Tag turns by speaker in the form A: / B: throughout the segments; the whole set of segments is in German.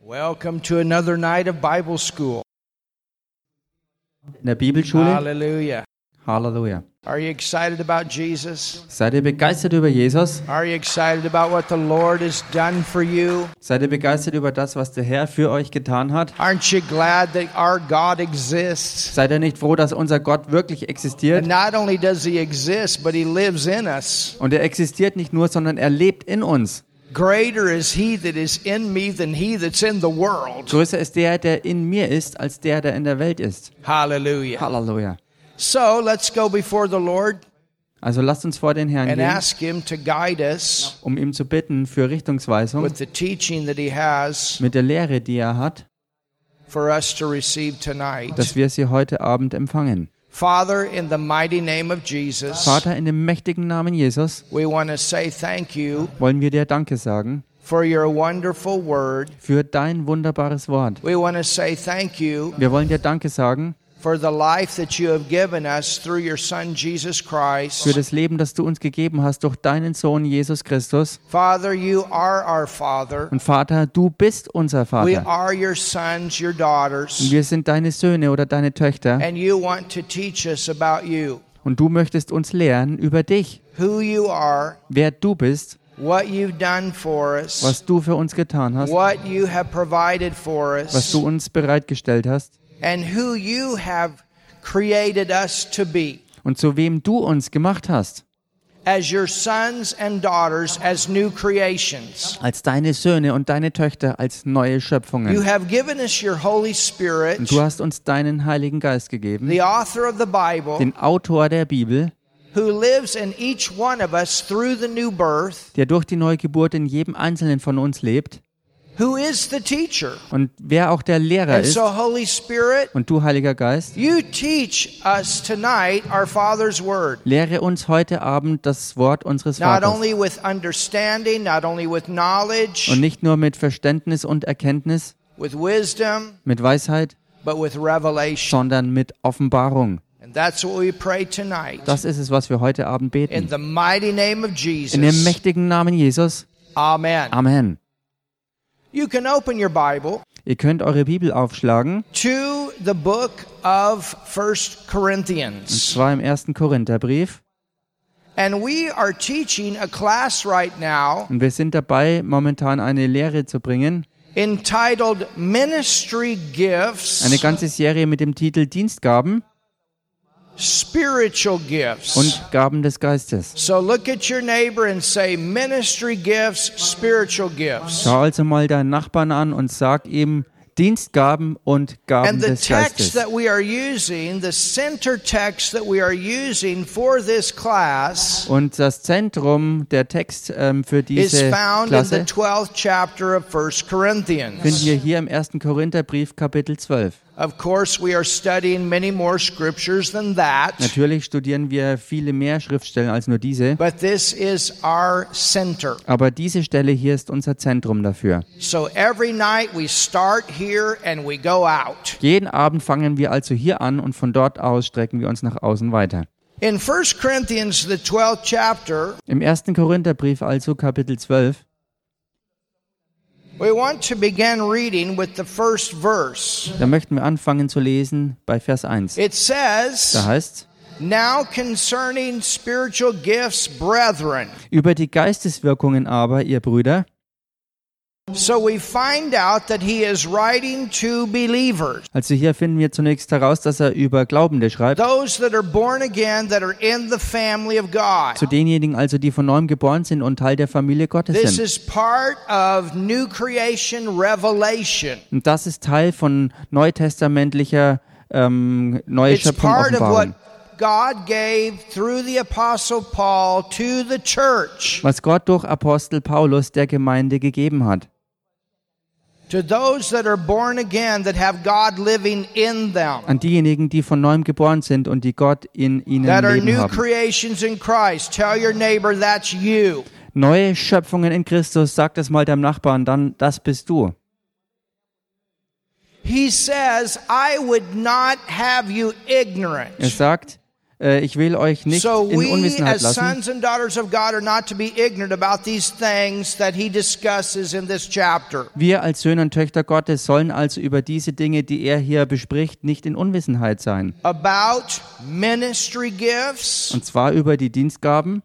A: Welcome to another night of Bible school.
B: in der Bibelschule.
A: Hallelujah.
B: Halleluja.
A: Are you excited about Jesus?
B: Seid ihr begeistert über Jesus?
A: Are you excited about what the Lord has done for you?
B: Seid ihr begeistert über das, was der Herr für euch getan hat?
A: Aren't you glad that our God exists?
B: Seid ihr nicht froh, dass unser Gott wirklich
A: And
B: existiert?
A: not only does he exist, but he lives in us.
B: Und er existiert nicht nur, sondern er lebt in uns.
A: Greater is he that is in me than he that's in the world.
B: Größer ist der, der in mir ist, als der, der in der Welt ist.
A: Hallelujah.
B: Halleluja.
A: So let's go before the Lord
B: Also lasst uns vor den Herrn
A: and
B: gehen,
A: ask him to guide us
B: um ihm zu bitten für Richtungsweisung
A: with the teaching that he has
B: mit der Lehre, die er hat,
A: for us to receive tonight.
B: dass wir sie heute Abend empfangen.
A: Father, in the mighty name of Jesus,
B: Vater, in dem mächtigen Namen Jesus
A: we want to say thank you
B: wollen wir dir Danke sagen
A: for your wonderful word.
B: für dein wunderbares Wort.
A: We want to say thank you
B: Wir wollen dir Danke sagen
A: for the life that you have given us through your Son, Jesus
B: für
A: Christ.
B: das Leben, das du uns gegeben hast durch deinen Sohn Jesus Christus.
A: Father, you are our Father.
B: Und Vater, du bist unser
A: We
B: Vater.
A: are your sons, your
B: Und
A: daughters,
B: wir sind deine Söhne oder deine Töchter.
A: and you want to teach us about you,
B: Und du möchtest uns lehren über dich,
A: who you are,
B: wer du bist,
A: what you've done for us,
B: was du für uns getan hast,
A: what you have provided for
B: was
A: us,
B: du uns bereitgestellt hast
A: and who you have created us to be.
B: und zu wem du uns gemacht hast.
A: as your sons and daughters, as new creations.
B: Als deine Söhne und deine Töchter, als neue
A: You
B: Schöpfungen.
A: have given us your Holy Spirit,
B: Und du hast uns deinen Heiligen Geist gegeben,
A: the author of the Bible,
B: den Autor der Bibel,
A: who lives in each one of us through the new birth,
B: der durch die Neugeburt in jedem Einzelnen von uns lebt
A: who is the teacher.
B: und wer auch der Lehrer
A: And
B: ist.
A: so, Holy Spirit,
B: Und du, Heiliger Geist,
A: you teach us tonight our Father's Word,
B: lehre uns heute Abend das Wort unseres
A: not
B: Vaters.
A: only with understanding, not only with knowledge,
B: Und nicht nur mit Verständnis und Erkenntnis,
A: with wisdom,
B: mit Weisheit,
A: but with revelation.
B: sondern mit Offenbarung.
A: And that's what we pray tonight.
B: Das ist es, was wir heute Abend
A: In
B: beten.
A: the mighty name of
B: In dem
A: Jesus.
B: mächtigen Namen Jesus.
A: Amen.
B: Amen.
A: You can open your Bible
B: Ihr könnt eure Bibel aufschlagen,
A: to the book of First
B: und
A: Corinthians.
B: zwar im ersten Korintherbrief.
A: And we are teaching a class right now
B: Und wir sind dabei, momentan eine Lehre zu bringen.
A: entitled Ministry
B: Eine
A: Gifts,
B: ganze Serie mit dem Titel Dienstgaben
A: Spiritual Gifts.
B: und Gaben des Geistes.
A: So look at your neighbor and say, Ministry Gifts, Spiritual Gifts.
B: Schau also mal deinen Nachbarn an und sag ihm Dienstgaben und Gaben
A: And the
B: des
A: text
B: Geistes.
A: that we are using, the center text that we are using for this class,
B: Und das Zentrum, der Text ähm, für
A: is
B: diese
A: found in the
B: Klasse
A: 12th chapter of First Corinthians.
B: finden wir hier im 1. Korintherbrief Kapitel 12.
A: Of course, we are studying many more scriptures than that,
B: Natürlich studieren wir viele mehr Schriftstellen als nur diese,
A: but this is our center.
B: aber diese Stelle hier ist unser Zentrum dafür.
A: So every night we start here and we go out.
B: Jeden Abend fangen wir also hier an und von dort aus strecken wir uns nach außen weiter.
A: In 1 Corinthians, the 12th chapter,
B: Im 1. Korintherbrief also Kapitel 12
A: we want to begin reading with the first verse.
B: Da möchten wir anfangen zu lesen bei Vers 1.
A: It
B: Da
A: says,
B: heißt
A: Now concerning spiritual gifts, brethren.
B: über die Geisteswirkungen aber, ihr Brüder.
A: So we find out that he is writing to believers,
B: Also hier finden wir zunächst heraus, dass er über Glaubende schreibt.
A: those that are born again, that are in the family of God.
B: Zu denjenigen also, die von neuem geboren sind und Teil der Familie Gottes
A: This
B: sind.
A: is part of new creation revelation.
B: Und das ist Teil von neutestamentlicher ähm, neue
A: It's
B: Schöpfung
A: part of
B: Offenbarung.
A: what God gave through the Apostle Paul to the church,
B: Was Gott durch Apostel Paulus der Gemeinde gegeben hat.
A: to those that are born again, that have God living in them,
B: An diejenigen, die von neuem geboren sind und die Gott in ihnen
A: that are
B: Leben
A: new
B: haben.
A: creations in Christ. Tell your neighbor that's you.
B: Neue Schöpfungen in Christus, sag das mal deinem Nachbarn, dann das bist du.
A: He says, I would not have you
B: Er
A: ignorant.
B: sagt, Äh, ich will euch nicht
A: So
B: in
A: we,
B: Unwissenheit
A: as
B: lassen.
A: sons and daughters of God, are not to be ignorant about these things that he discusses in this chapter.
B: Wir als Söhne und Töchter Gottes sollen also über diese Dinge, die er hier bespricht, nicht in Unwissenheit sein.
A: About ministry gifts.
B: Und zwar über die Dienstgaben.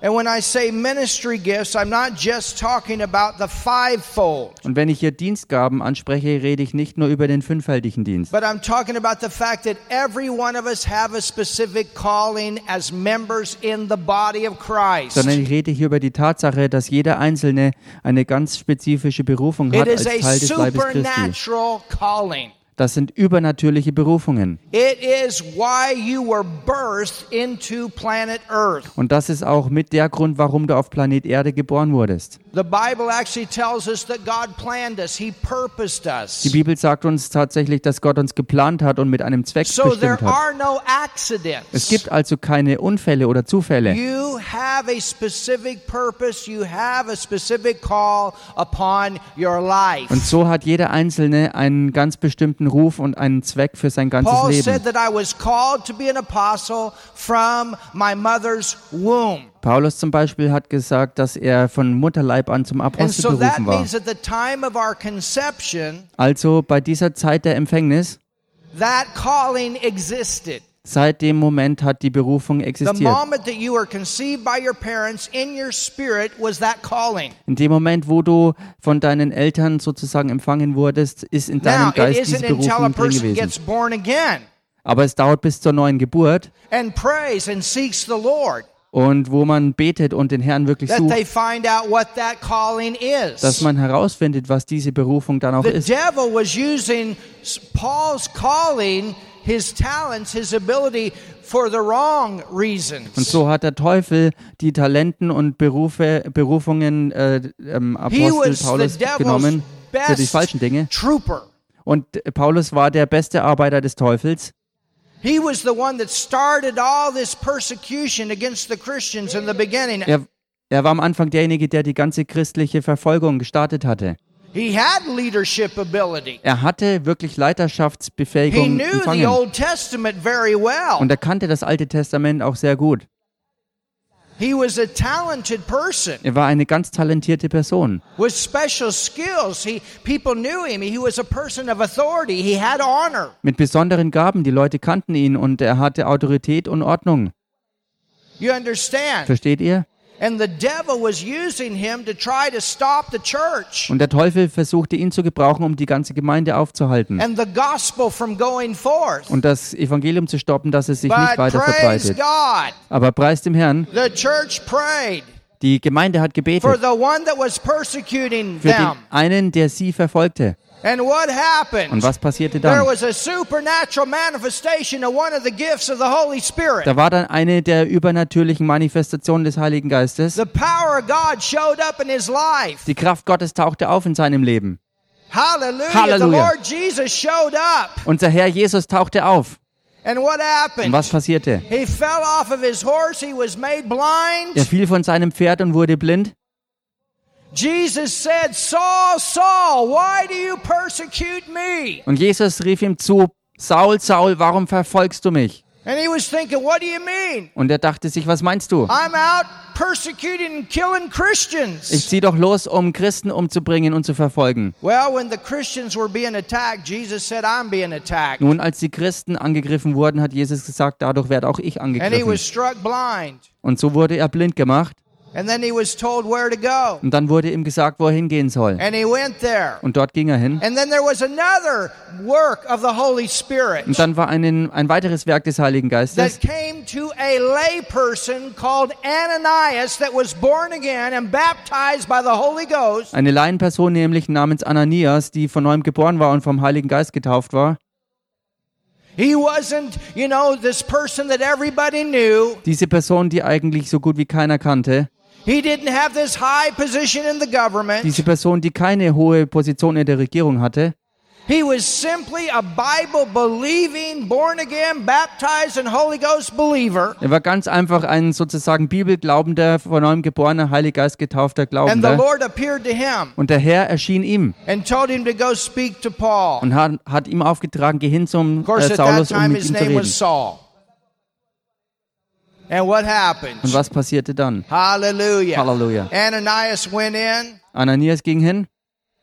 A: And when I say ministry gifts, I'm not just talking about the fivefold,
B: Und wenn ich hier Dienstgaben anspreche, rede ich nicht nur über den fünffältigen Dienst,
A: but I'm talking about the fact that every one of us have a specific calling as members in the body of Christ.
B: sondern ich rede hier über die Tatsache, dass jeder Einzelne eine ganz spezifische Berufung
A: It
B: hat als
A: is a
B: Teil des Leibes Christi.
A: supernatural calling.
B: Das sind übernatürliche Berufungen.
A: It is why you were birthed into planet Earth.
B: Und das ist auch mit der Grund, warum du auf Planet Erde geboren wurdest.
A: The Bible actually tells us that God planned us, He purposed
B: Die
A: us.
B: Bibel sagt uns tatsächlich, dass Gott uns geplant hat und mit einem Zweck
A: So
B: bestimmt
A: there
B: hat.
A: are no
B: Es
A: accidents.
B: gibt also keine Unfälle oder Zufälle.
A: You have a specific purpose, you have a specific call upon your
B: Und
A: life.
B: so hat jeder Einzelne einen ganz bestimmten Ruf und einen Zweck für sein ganzes
A: Paul
B: Leben.
A: said that I was called to be an apostle from my mother's womb.
B: Paulus zum Beispiel hat gesagt, dass er von Mutterleib an zum
A: And
B: Apostel
A: so that
B: berufen war.
A: means at the time of our conception,
B: Also bei dieser Zeit der Empfängnis,
A: that calling existed.
B: seit dem Moment hat die Berufung
A: The
B: existiert.
A: moment that you were conceived by your parents in your spirit was that calling.
B: In dem Moment, wo du von deinen Eltern sozusagen empfangen wurdest, ist in
A: Now,
B: deinem
A: it
B: Geist diese
A: isn't until a
B: Berufung drin
A: person
B: gewesen.
A: gets born again
B: Aber es dauert bis zur neuen Geburt
A: and prays and seeks the Lord
B: und wo man betet und den Herrn wirklich
A: that
B: sucht,
A: they find out what that calling is.
B: dass man herausfindet, was diese Berufung dann auch
A: the
B: ist.
A: devil was using s- Paul's calling, his talents, his ability for the wrong
B: Und
A: reasons.
B: so hat der Teufel die Talenten und Berufe, Berufungen äh, ähm,
A: He
B: Apostel
A: was the
B: Paulus
A: devil's
B: genommen für die
A: best
B: falschen Dinge.
A: trooper.
B: Und äh, Paulus war der beste Arbeiter des Teufels.
A: He was the one that started all this persecution against the Christians in the beginning.
B: Er, er war am Anfang derjenige, der die ganze christliche Verfolgung gestartet hatte.
A: He had leadership ability.
B: Er hatte wirklich
A: He
B: Leiterschaftsbefähigung
A: knew the
B: empfangen.
A: Old Testament very well.
B: Und er kannte das Alte Testament auch sehr gut.
A: He was a talented person
B: Er war eine ganz talentierte Person.
A: with special skills. He people knew him. He was a person of authority. He had honor.
B: Mit besonderen Gaben. Die Leute kannten ihn und er hatte Autorität und Ordnung.
A: You understand?
B: Versteht ihr?
A: And the devil was using him to try to stop the church
B: Und der Teufel versuchte ihn zu gebrauchen, um die ganze Gemeinde aufzuhalten
A: and the gospel from going forth.
B: und das Evangelium zu stoppen, dass es sich nicht
A: But
B: weiter
A: praise
B: verbreitet.
A: God.
B: Aber preis dem Herrn,
A: The church prayed
B: die Gemeinde hat
A: for
B: gebetet
A: the one that was persecuting
B: für den
A: them.
B: einen, der sie verfolgte.
A: And what happened?
B: Und was passierte
A: There
B: dann?
A: was a supernatural manifestation of one of the gifts of the Holy Spirit.
B: Da war dann eine der übernatürlichen Manifestationen des Heiligen Geistes.
A: The power of God showed up in his life.
B: Die Kraft Gottes tauchte auf in seinem Leben.
A: Hallelujah. The
B: Hallelujah.
A: Lord Jesus showed up.
B: Unser Herr Jesus tauchte auf.
A: And what
B: Und
A: happened?
B: was passierte?
A: He fell off of his horse. He was made blind.
B: Er fiel von seinem Pferd und wurde blind.
A: Jesus said, Saul, Saul, why do you persecute me?
B: Und Jesus rief ihm zu, Saul, Saul, warum verfolgst du mich?
A: And he was thinking, what do you mean?
B: Und er dachte sich, was meinst du?
A: I'm out persecuting and killing
B: Ich
A: Christians.
B: zieh doch los, um Christen umzubringen und zu verfolgen.
A: Well, when the Christians were being attacked, Jesus said, I'm being attacked.
B: Nun, als die Christen angegriffen wurden, hat Jesus gesagt, dadurch werde auch ich
A: And he was
B: angegriffen.
A: struck blind.
B: Und so wurde er blind gemacht.
A: And then he was told where to go.
B: Und dann wurde ihm gesagt, wo er hingehen soll.
A: And he went there.
B: Und dort ging er hin.
A: And then there was another work of the Holy Spirit
B: Und dann war ein, ein weiteres Werk des Heiligen Geistes.
A: that came to a lay person called Ananias that was born again and baptized by the Holy Ghost.
B: Eine Laienperson nämlich namens Ananias, die von neuem geboren war und vom Heiligen Geist getauft war.
A: He wasn't, you know, this person that everybody knew.
B: Diese Person, die eigentlich so gut wie keiner kannte.
A: He didn't have this high position in the government.
B: Diese Person, die keine hohe Position in der Regierung hatte.
A: He was simply a Bible believing, born again, baptized, and Holy Ghost believer.
B: Er war ganz einfach ein sozusagen bibelglaubender, von neuem geborener, Heilig Geist getaufter
A: And the
B: Glaubender.
A: Lord appeared to him
B: Und der Herr erschien ihm
A: and told him to go speak to Paul.
B: und hat, hat ihm aufgetragen, geh hin zum
A: Of course,
B: äh,
A: at that
B: Saulus, um
A: time
B: mit
A: his
B: ihm zu
A: name
B: reden.
A: was Saul. And what
B: Und
A: happens?
B: was passierte dann?
A: Hallelujah.
B: Hallelujah.
A: Ananias went in,
B: Ananias ging hin,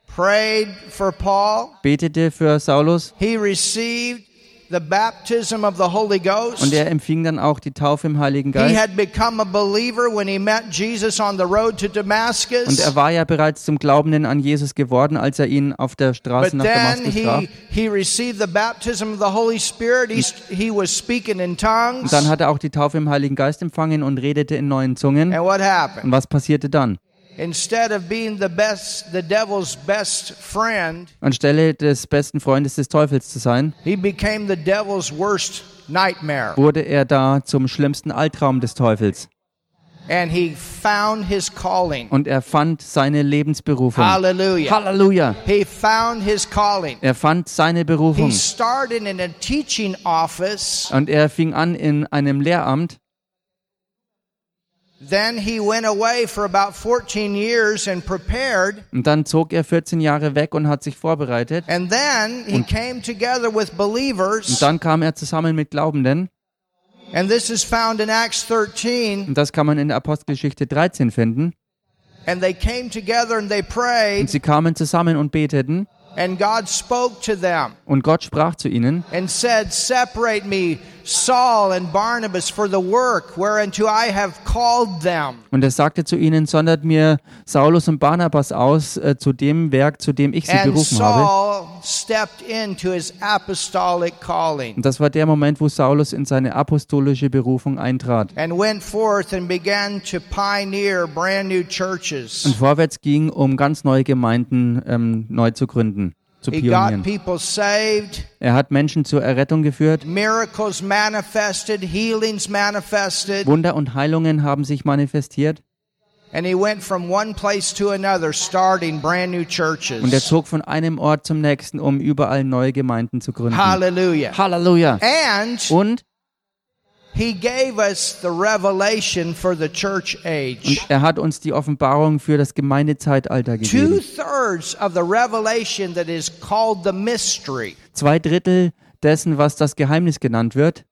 A: prayed for Paul.
B: betete für Saulus
A: He received the baptism of the Holy Ghost.
B: und er empfing dann auch die Taufe im Heiligen
A: He
B: Geist.
A: had become a believer when he met Jesus on the road to
B: Und
A: Damascus.
B: er war ja bereits zum Glaubenden an Jesus geworden, als er ihn auf der
A: But
B: Straße nach
A: then
B: Damaskus traf.
A: he, he received the baptism of the Holy Spirit. He, he was speaking in tongues.
B: Und dann hat er auch die Taufe im Heiligen Geist empfangen und redete in neuen Zungen.
A: And what
B: Und
A: happened?
B: was passierte dann?
A: Instead of being the best, the devil's best friend,
B: Anstelle des besten Freundes des Teufels zu sein,
A: he became the devil's worst nightmare.
B: wurde er da zum schlimmsten Albtraum des Teufels.
A: And he found his calling.
B: Und er fand seine Lebensberufung.
A: Hallelujah.
B: Halleluja!
A: He found his calling.
B: Er fand seine
A: He
B: Berufung.
A: started in a teaching office.
B: Und er fing an in einem Lehramt.
A: Then he went away for about 14 years and prepared.
B: Und dann zog er 14 Jahre weg und hat sich vorbereitet.
A: And then he came together with
B: Und
A: believers.
B: dann kam er zusammen mit Glaubenden.
A: And this is found in Acts 13.
B: Und das kann man in der Apostelgeschichte 13 finden.
A: And they came together and they
B: Und
A: prayed.
B: sie kamen zusammen und beteten.
A: And God spoke to them
B: Und Gott sprach zu ihnen.
A: and said, Separate me, Saul and Barnabas, for the work whereunto I have called them.
B: Und er sagte zu ihnen, sondert mir Saulus und Barnabas aus äh, zu dem Werk, zu dem ich sie
A: And
B: berufen habe.
A: Saul stepped into his apostolic calling
B: Und das war der Moment, wo Saulus in seine apostolische Berufung eintrat
A: and went forth and began to pioneer brand new
B: und
A: churches.
B: vorwärts ging, um ganz neue Gemeinden ähm, neu zu gründen, zu
A: He got
B: pionieren.
A: people saved,
B: Er hat Menschen zur Errettung geführt.
A: miracles manifested, healings manifested,
B: Wunder und Heilungen haben sich manifestiert.
A: and he went from one place to another starting brand new
B: Und er
A: churches.
B: zog von einem Ort zum nächsten, um überall neue Gemeinden zu gründen.
A: Hallelujah.
B: Halleluja.
A: And
B: Und
A: he gave us the revelation for the church age.
B: er hat uns die Offenbarung für das Gemeindezeitalter
A: Two
B: gegeben.
A: thirds of the revelation that is called the mystery
B: Zwei Drittel dessen, was das Geheimnis genannt wird,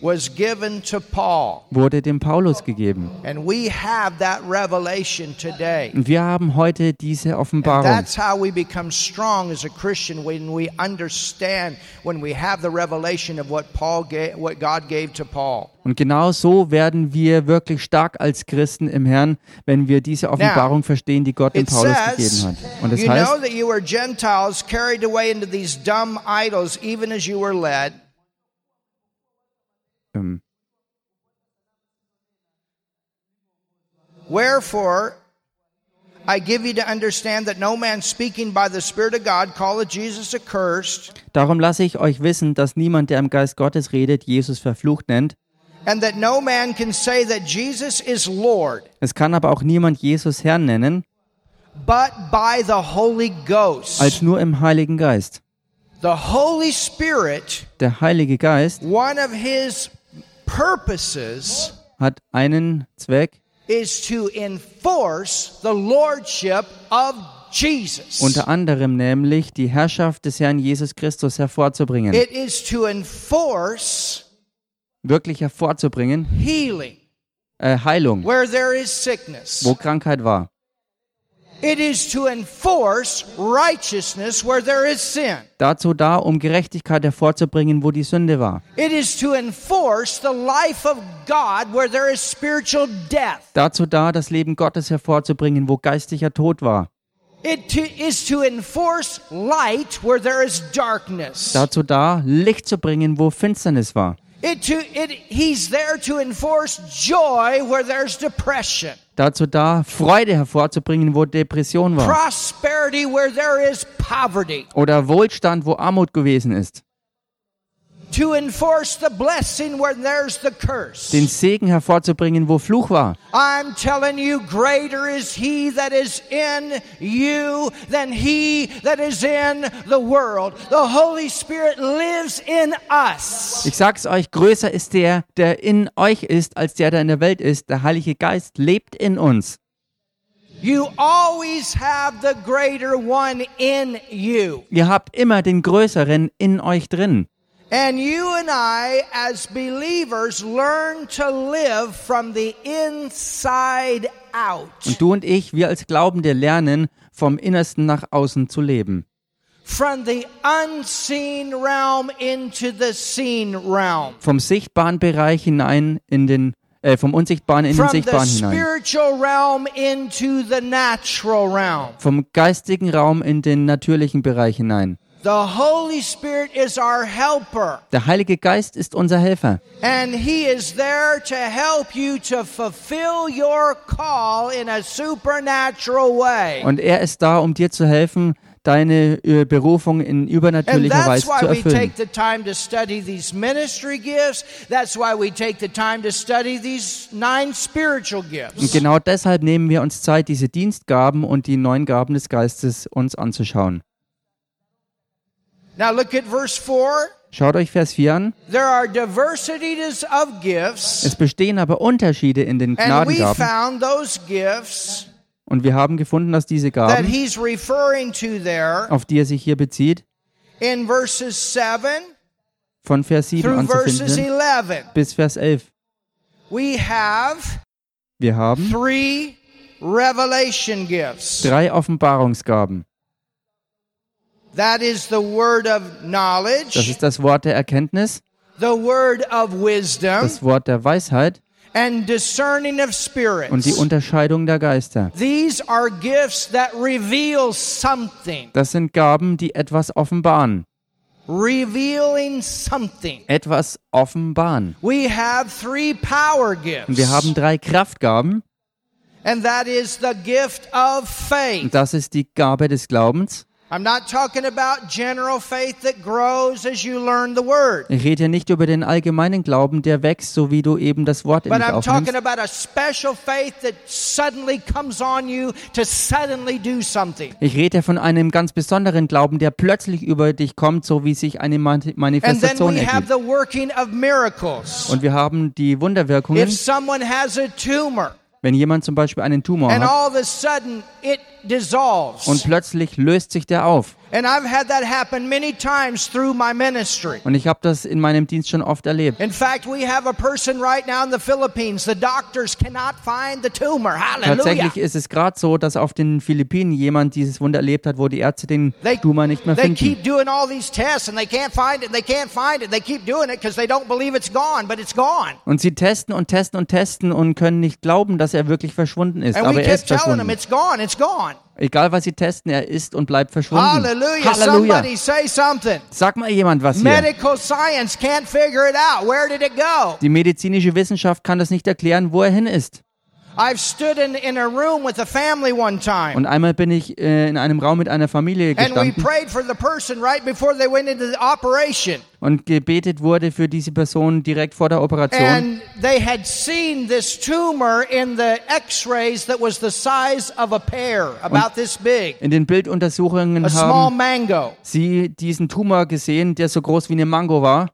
A: was given to Paul.
B: wurde dem Paulus gegeben.
A: And we have that revelation today.
B: Und wir haben heute diese Offenbarung.
A: That's how we become strong as a Christian when we understand, when we have the revelation of what Paul gave, what God gave to Paul.
B: Und genau so werden wir wirklich stark als Christen im Herrn, wenn wir diese Offenbarung verstehen, die Gott dem
A: It
B: Paulus
A: says,
B: gegeben hat. Und es
A: you know
B: heißt,
A: that you were Gentiles carried away into these dumb idols, even as you were led.
B: ähm,
A: Wherefore, I give you to understand that no man speaking by the Spirit of God calleth Jesus accursed,
B: darum lasse ich euch wissen, dass niemand, der im Geist Gottes redet, Jesus verflucht nennt.
A: and that no man can say that Jesus is Lord,
B: Es kann aber auch niemand Jesus Herrn nennen,
A: but by the Holy
B: als
A: Ghost.
B: nur im Heiligen Geist.
A: The Holy Spirit,
B: Der Heilige Geist
A: one of his purposes
B: hat einen Zweck,
A: is to enforce the Lordship of Jesus.
B: unter anderem nämlich die Herrschaft des Herrn Jesus Christus hervorzubringen,
A: It is to enforce
B: wirklich hervorzubringen,
A: healing
B: äh, Heilung,
A: where there is sickness.
B: wo Krankheit war.
A: It is to enforce righteousness where there is sin.
B: Dazu da, um Gerechtigkeit hervorzubringen, wo die Sünde war.
A: It is to enforce the life of God where there is spiritual death.
B: Dazu da, das Leben Gottes hervorbringen, wo geistlicher Tod war.
A: It to, is to enforce light where there is darkness.
B: Dazu da, Licht zu bringen, wo Finsternis war.
A: It to, it, he's there to enforce joy where there's depression,
B: Dazu da, Freude hervorzubringen, wo Depression war.
A: prosperity where there is poverty,
B: Oder Wohlstand, wo Armut gewesen ist.
A: to enforce the blessing where there's the
B: Den
A: curse.
B: Segen hervorzubringen, wo Fluch war.
A: I'm telling you, greater is he that is in you than he that is in the world. The Holy Spirit lives in us.
B: Ich sag's euch, größer ist der, der in euch ist, als der, der in der Welt ist. Der Heilige Geist lebt in uns.
A: You always have the greater one in you.
B: Ihr habt immer den Größeren in euch drin.
A: And you and I, as believers, learn to live from the inside out,
B: Und du und ich, wir als Glaubende lernen, vom Innersten nach außen zu leben.
A: from the unseen realm into the seen realm,
B: Vom sichtbaren Bereich hinein in den, äh, vom unsichtbaren in den
A: from the
B: sichtbaren hinein.
A: spiritual realm into the natural realm.
B: Vom geistigen Raum in den natürlichen Bereich hinein.
A: The Holy Spirit is our helper,
B: Der Heilige Geist ist unser Helfer.
A: and He is there to help you to fulfill your call in a supernatural way.
B: Und er ist da, um dir zu helfen, deine äh, Berufung in
A: And
B: übernatürlicher
A: that's
B: Weise
A: why
B: zu
A: we
B: erfüllen.
A: take the time to study these ministry gifts. That's why we take the time to study these nine spiritual
B: Und
A: gifts.
B: genau deshalb nehmen wir uns Zeit, diese Dienstgaben und die neuen Gaben des Geistes uns anzuschauen.
A: Now look at verse 4.
B: Schaut euch Vers 4 an.
A: There are diversities of gifts,
B: Es bestehen aber Unterschiede in den
A: and we
B: Gnadengaben.
A: found those gifts
B: Und wir haben gefunden, dass diese
A: that
B: Gaben,
A: he's referring to there
B: auf die er sich hier bezieht,
A: in verses 7
B: von Vers 7
A: through
B: anzufinden
A: verses
B: sind
A: 11.
B: bis Vers 11.
A: We have
B: Wir haben
A: three revelation gifts.
B: drei Offenbarungsgaben.
A: That is the word of
B: Das
A: knowledge,
B: ist das Wort der Erkenntnis,
A: the word of wisdom,
B: das Wort der Weisheit
A: and discerning of
B: und die
A: spirits.
B: Unterscheidung der Geister.
A: These are gifts that reveal something,
B: Das sind Gaben, die etwas offenbaren.
A: revealing something.
B: Etwas offenbaren.
A: We have three power gifts,
B: Und wir haben drei Kraftgaben.
A: and that is the gift of faith.
B: Und das ist die Gabe des Glaubens.
A: I'm not talking about general faith that grows as you learn the word,
B: Ich rede hier nicht über den allgemeinen Glauben, der wächst, so wie du eben das Wort in
A: but
B: dich
A: I'm talking
B: aufnimmst,
A: about a special faith that suddenly comes on you to suddenly do something.
B: Ich rede von einem ganz besonderen Glauben, der plötzlich über dich kommt, so wie sich eine Man-
A: And then
B: Manifestation
A: we have
B: ergibt.
A: the working of miracles.
B: Und wir haben die
A: If
B: Wunderwirkungen,
A: someone has a tumor,
B: wenn jemand zum Beispiel einen Tumor
A: and also-
B: hat
A: all of a sudden it dissolves.
B: Uh-huh. und plötzlich löst sich der auf.
A: and I've had that happen many times through my ministry.
B: Und ich habe das in meinem Dienst schon oft erlebt.
A: In fact, we have a person right now in the Philippines. The doctors cannot find the tumor. Hallelujah.
B: Tatsächlich ist es gerade so, dass auf den Philippinen jemand dieses Wunder erlebt hat, wo die Ärzte den
A: They,
B: Tumor nicht mehr
A: they
B: finden.
A: keep doing all these tests and they can't find it. They can't find it. They keep doing it because they don't believe it's gone, but it's gone.
B: Und sie testen und testen und testen und können nicht glauben, dass er wirklich verschwunden ist.
A: And we
B: Aber er
A: kept
B: ist
A: telling them
B: verschwunden.
A: it's gone, it's gone.
B: Egal was sie testen, er ist und bleibt verschwunden.
A: Hallelujah. Somebody say something.
B: Sag mal jemand was hier.
A: Medical science can't figure it out. Where did it go?
B: Die medizinische Wissenschaft kann das nicht erklären, wo er hin ist.
A: I've stood in, in a room with a family one time.
B: Und einmal bin ich äh, in einem Raum mit einer Familie
A: And we
B: gestanden
A: prayed for the person right before they went into the operation.
B: und gebetet wurde für diese Person direkt vor der Operation.
A: And they had seen this tumor in the x rays that was the size of a pear, about this big,
B: In den Bilduntersuchungen
A: a small
B: haben
A: mango.
B: sie diesen Tumor gesehen, der so groß wie eine Mango war.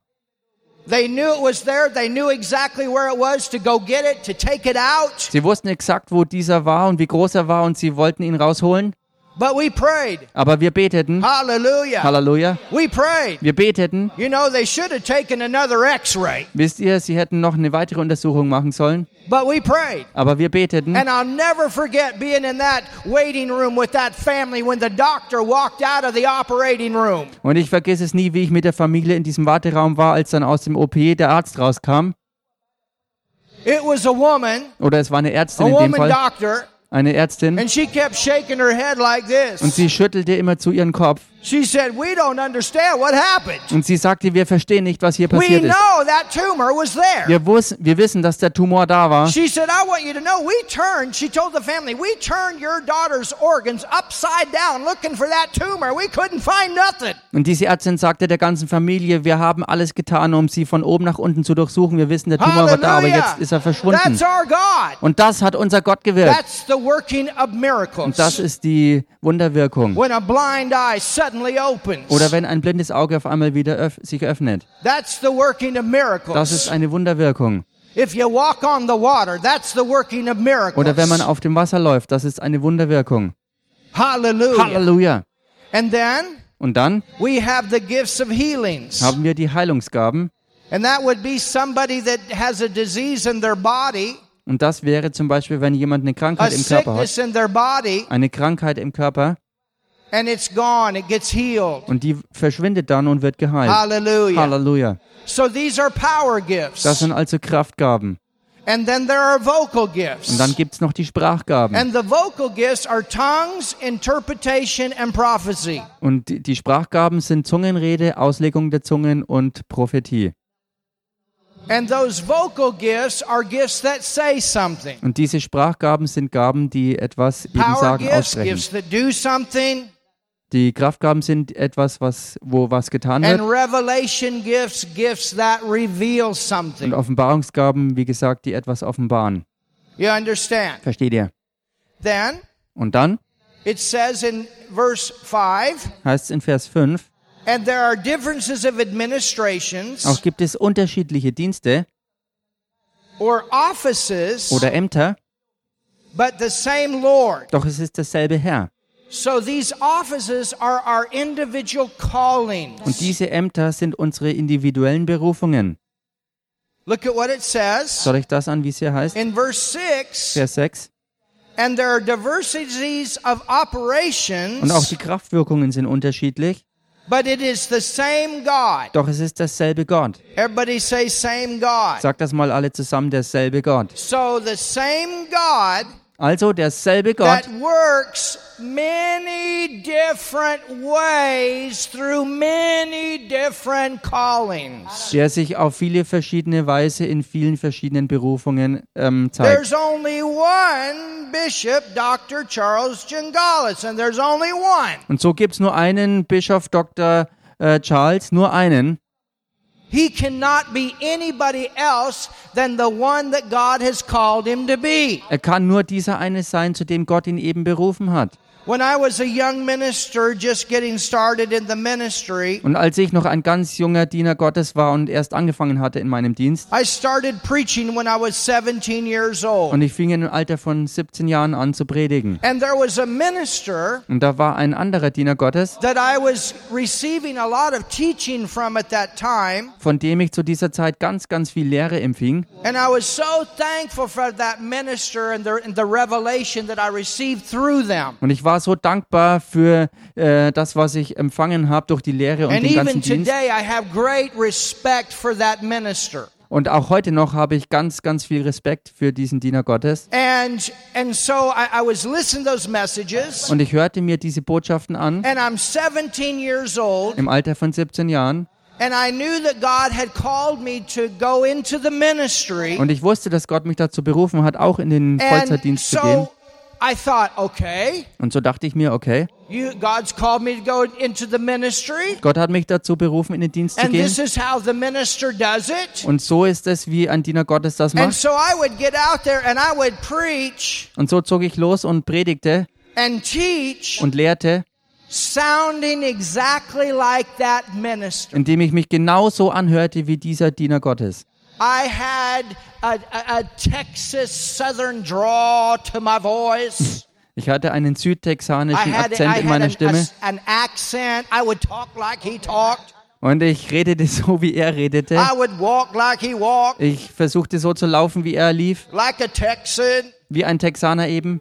A: They knew it was there. They knew exactly where it was to go get it, to take it out.
B: Sie wussten exakt, wo dieser war und wie groß er war und sie wollten ihn rausholen.
A: But we prayed.
B: Aber wir beteten.
A: Hallelujah.
B: Halleluja.
A: We prayed.
B: Wir beteten.
A: You know, they should have taken another x ray,
B: Wisst ihr, sie hätten noch eine weitere Untersuchung machen sollen.
A: but we prayed.
B: Aber wir beteten.
A: And I'll never forget being in that waiting room with that family when the doctor walked out of the operating room.
B: Und ich vergesse es nie, wie ich mit der Familie in diesem Warteraum war, als dann aus dem OP der Arzt rauskam.
A: It was a woman,
B: Oder es war eine
A: a
B: Ärztin in dem
A: woman
B: Fall.
A: doctor,
B: Eine Ärztin.
A: and she kept shaking her head like
B: Und
A: this.
B: sie schüttelte immer zu ihren Kopf.
A: She said, We don't understand what happened.
B: Und sie sagte, wir verstehen nicht, was hier
A: We
B: passiert ist.
A: know that tumor was there.
B: Wir, wuss, wir wissen, dass der Tumor da war.
A: She said, I want you to know we turned, she told the family, we turned your daughter's organs upside down looking for that tumor. We couldn't find nothing.
B: Und diese Ärztin sagte der ganzen Familie, wir haben alles getan, um sie von oben nach unten zu durchsuchen. Wir wissen, der Tumor war da, aber
A: Hallelujah.
B: jetzt ist er
A: That's
B: verschwunden.
A: our God.
B: Und das hat unser Gott gewirkt.
A: That's the working of
B: Und das
A: miracles.
B: ist die Wunderwirkung.
A: When a blind eye suddenly opens.
B: Oder wenn ein blindes Auge auf einmal wieder öff sich öffnet.
A: That's the working of
B: Das ist
A: miracles.
B: eine Wunderwirkung.
A: If you walk on the water, that's the working of miracles.
B: Oder wenn man auf dem Wasser läuft, das ist eine Wunderwirkung.
A: Hallelujah.
B: Halleluja.
A: And then
B: Und dann
A: We have the gifts of healings.
B: haben wir die Heilungsgaben.
A: And that would be somebody that has a disease in their body,
B: Und das wäre zum Beispiel, wenn jemand eine
A: a
B: Krankheit im Körper hat.
A: sickness in their body,
B: Eine Krankheit im Körper
A: and it's gone. It gets healed.
B: und die verschwindet dann und wird geheilt.
A: Hallelujah.
B: Halleluja.
A: So these are power gifts.
B: Das sind also Kraftgaben.
A: And then there are vocal gifts.
B: Und dann gibt es noch die Sprachgaben.
A: And the vocal gifts are tongues, interpretation, and prophecy.
B: Und die- die Sprachgaben sind Zungenrede, Auslegung der Zungen und Prophetie.
A: And those vocal gifts are gifts that say something.
B: Und diese Sprachgaben sind Gaben, die etwas eben
A: Power
B: sagen,
A: gifts,
B: aussprechen.
A: gifts that do something,
B: Die Kraftgaben sind etwas, was, wo was getan wird.
A: and revelation gifts, gifts that reveal
B: Und
A: something.
B: Offenbarungsgaben, wie gesagt, die etwas offenbaren.
A: You understand?
B: Versteht ihr?
A: Then
B: Und dann
A: it says in verse 5
B: heißt es in Vers 5,
A: and there are differences of administrations
B: auch gibt es unterschiedliche Dienste
A: or offices,
B: oder Ämter,
A: but the same Lord.
B: doch es ist dasselbe Herr.
A: So these offices are our individual callings.
B: Und diese Ämter sind unsere individuellen Berufungen.
A: Look at what it says
B: Soll ich das an, wie es hier heißt?
A: in verse 6
B: Vers 6.
A: and there are diversities of
B: Und auch
A: operations,
B: die Kraftwirkungen sind unterschiedlich,
A: but it is the same God.
B: doch es ist dasselbe Gott.
A: Everybody say, same God.
B: Sagt das mal alle zusammen, derselbe Gott.
A: So the same God
B: Also derselbe
A: that
B: Gott,
A: works many different ways through many different callings.
B: der sich auf viele verschiedene Weise in vielen verschiedenen Berufungen ähm, zeigt.
A: There's only one bishop, Dr. Charles Gingalis, and there's only one.
B: Und so gibt es nur einen Bischof Dr. Äh, Charles, nur einen.
A: He cannot be anybody else than the one that God has called him to be.
B: Er kann nur dieser eine sein, zu dem Gott ihn eben berufen hat.
A: When I was a young minister just getting started in the ministry,
B: Und als ich noch ein ganz junger Diener Gottes war und erst angefangen hatte in meinem Dienst,
A: I started preaching when I was 17 years old.
B: und ich fing im Alter von 17 Jahren an zu predigen.
A: And there was a minister
B: Und da war ein anderer Diener Gottes,
A: that I was receiving a lot of teaching from at that time.
B: von dem ich zu dieser Zeit ganz, ganz viel Lehre empfing.
A: And I was so thankful for that minister and the, and the revelation that I received through them.
B: Und ich war so dankbar für äh, das, was ich empfangen habe durch die Lehre und
A: And
B: den ganzen
A: even
B: Dienst.
A: today, I have great respect for that minister.
B: Und auch heute noch habe ich ganz, ganz viel Respekt für diesen Diener Gottes.
A: And and so I, I was listening to those messages,
B: Und ich hörte mir diese Botschaften an
A: and I'm 17 years old,
B: im Alter von 17 Jahren.
A: and I knew that God had called me to go into the ministry.
B: Und ich wusste, dass Gott mich dazu berufen hat, auch in den
A: And
B: Vollzeitdienst zu gehen.
A: so I thought, okay,
B: Und so dachte ich mir, okay,
A: you God's called me to go into the ministry,
B: Gott hat mich dazu berufen, in den Dienst zu
A: and
B: gehen.
A: this is how the minister does it.
B: Und so ist es, wie ein Diener Gottes das
A: And
B: macht.
A: so I would get out there and I would preach
B: Und so zog ich los und predigte
A: and teach,
B: und lehrte,
A: sounding exactly like that minister.
B: indem ich mich genauso anhörte wie dieser Diener Gottes.
A: I had a, a, a Texas Southern draw to my voice.
B: Ich hatte einen
A: I
B: südtexanischen
A: had, I
B: Akzent in
A: had
B: meiner
A: an,
B: Stimme
A: a- an accent. I would talk like he talked.
B: und ich redete so, wie er redete.
A: I would walk like he walked,
B: Ich versuchte so zu laufen, wie er lief,
A: like a Texan.
B: wie ein Texaner eben.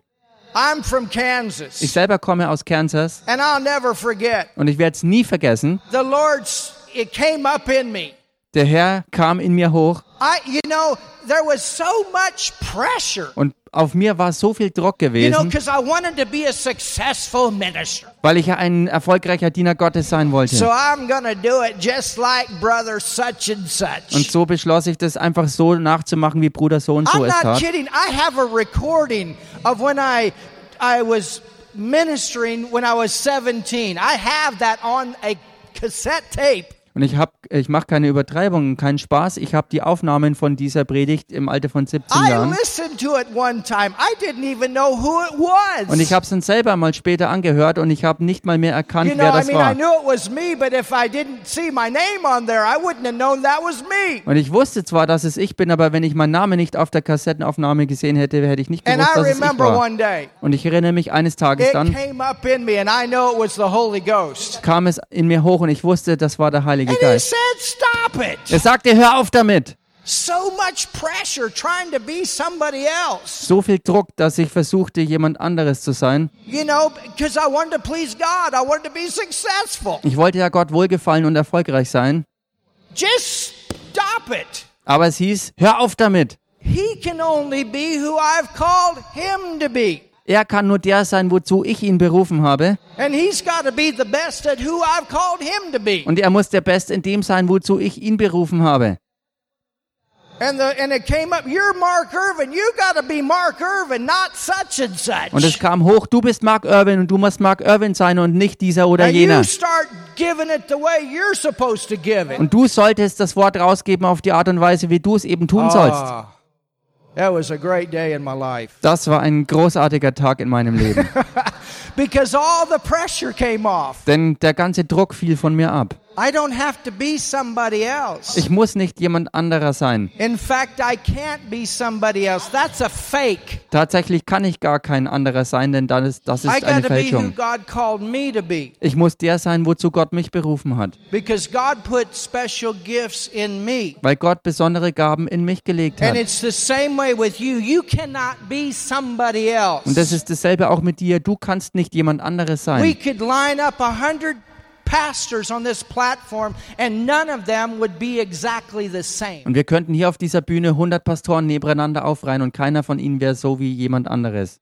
A: I'm from
B: Ich
A: Kansas,
B: selber komme aus Kansas
A: and I'll never forget.
B: und ich werde es nie vergessen.
A: The Lord's it came up in me.
B: Der Herr kam in mir hoch
A: I, you know, there was so much pressure.
B: und auf mir war so viel Druck
A: You know,
B: gewesen,
A: because I wanted to be a successful minister.
B: weil ich ja ein erfolgreicher Diener Gottes sein
A: So
B: wollte.
A: I'm going to do it just like brother such and such.
B: Und so beschloss ich das einfach so nachzumachen, wie Bruder so und so
A: I'm
B: es
A: not
B: tat.
A: kidding. I have a recording of when I I was ministering when I was 17. I have that on a cassette tape.
B: Und ich habe ich mache keine Übertreibungen, keinen Spaß. Ich habe die Aufnahmen von dieser Predigt im Alter von 17
A: I
B: Jahren.
A: listened to it one time. I didn't even know who it was.
B: Und ich habe es dann selber mal später angehört und ich habe nicht mal mehr erkannt,
A: you know,
B: wer
A: I
B: das
A: mean, I
B: war.
A: knew it was me, but if I didn't see my name on there, I wouldn't have known that was me.
B: Und ich wusste zwar, dass es ich bin, aber wenn ich meinen Namen nicht auf der Kassettenaufnahme gesehen hätte, hätte ich nicht
A: And
B: gewusst,
A: I
B: dass es ich
A: remember
B: war.
A: one day,
B: Und ich erinnere mich, eines Tages
A: it
B: dann
A: came up in me, and I know it was the Holy Ghost.
B: kam es in mir hoch und ich wusste, das war der Heilige
A: And he
B: Geist.
A: said, Stop it.
B: Er sagte, hör auf damit.
A: So much pressure trying to be somebody else,
B: So viel Druck, dass ich versuchte, jemand anderes zu sein.
A: you know, because I wanted to please God. I wanted to be successful.
B: Ich wollte ja Gott wohlgefallen und erfolgreich sein.
A: Just stop it.
B: Aber es hieß, hör auf damit.
A: He can only be who I've called him to be.
B: Er kann nur der sein, wozu ich ihn berufen habe.
A: And he's got to be the best at who I've called him to be.
B: Und er muss der Best in dem sein, wozu ich ihn berufen habe.
A: And the and it came up, you're Mark Irvin. You got to be Mark Irvin, not such and such.
B: Und es kam hoch, du bist Mark Irwin und du musst Mark Irwin sein und nicht dieser oder
A: and you
B: jener.
A: start giving it the way you're supposed to give it.
B: Und du solltest das Wort rausgeben auf die Art und Weise, wie du es eben tun sollst.
A: Ah, that was a great day in my life
B: Das war ein großartiger Tag in meinem Leben.
A: because all the pressure came off.
B: Denn der ganze Druck fiel von mir ab.
A: I don't have to be somebody else.
B: Ich muss nicht jemand anderer sein.
A: In fact, I can't be somebody else. That's a fake.
B: Tatsächlich kann ich gar kein anderer sein, denn das ist, das
A: I
B: ist
A: got
B: eine
A: to be who
B: Fälschung.
A: God called me to be
B: Ich muss der sein, wozu Gott mich berufen hat.
A: because God put special gifts in me.
B: Weil Gott besondere Gaben in mich gelegt
A: And
B: hat.
A: it's the same way with you. You cannot be somebody else.
B: Und das ist dasselbe auch mit dir. Du kannst nicht jemand anderes
A: we
B: sein.
A: could line up a hundred pastors on this platform, and none of them would be exactly the same.
B: Und wir könnten hier auf dieser Bühne 100 Pastoren nebeneinander aufreihen und keiner von ihnen wäre so wie jemand anderes.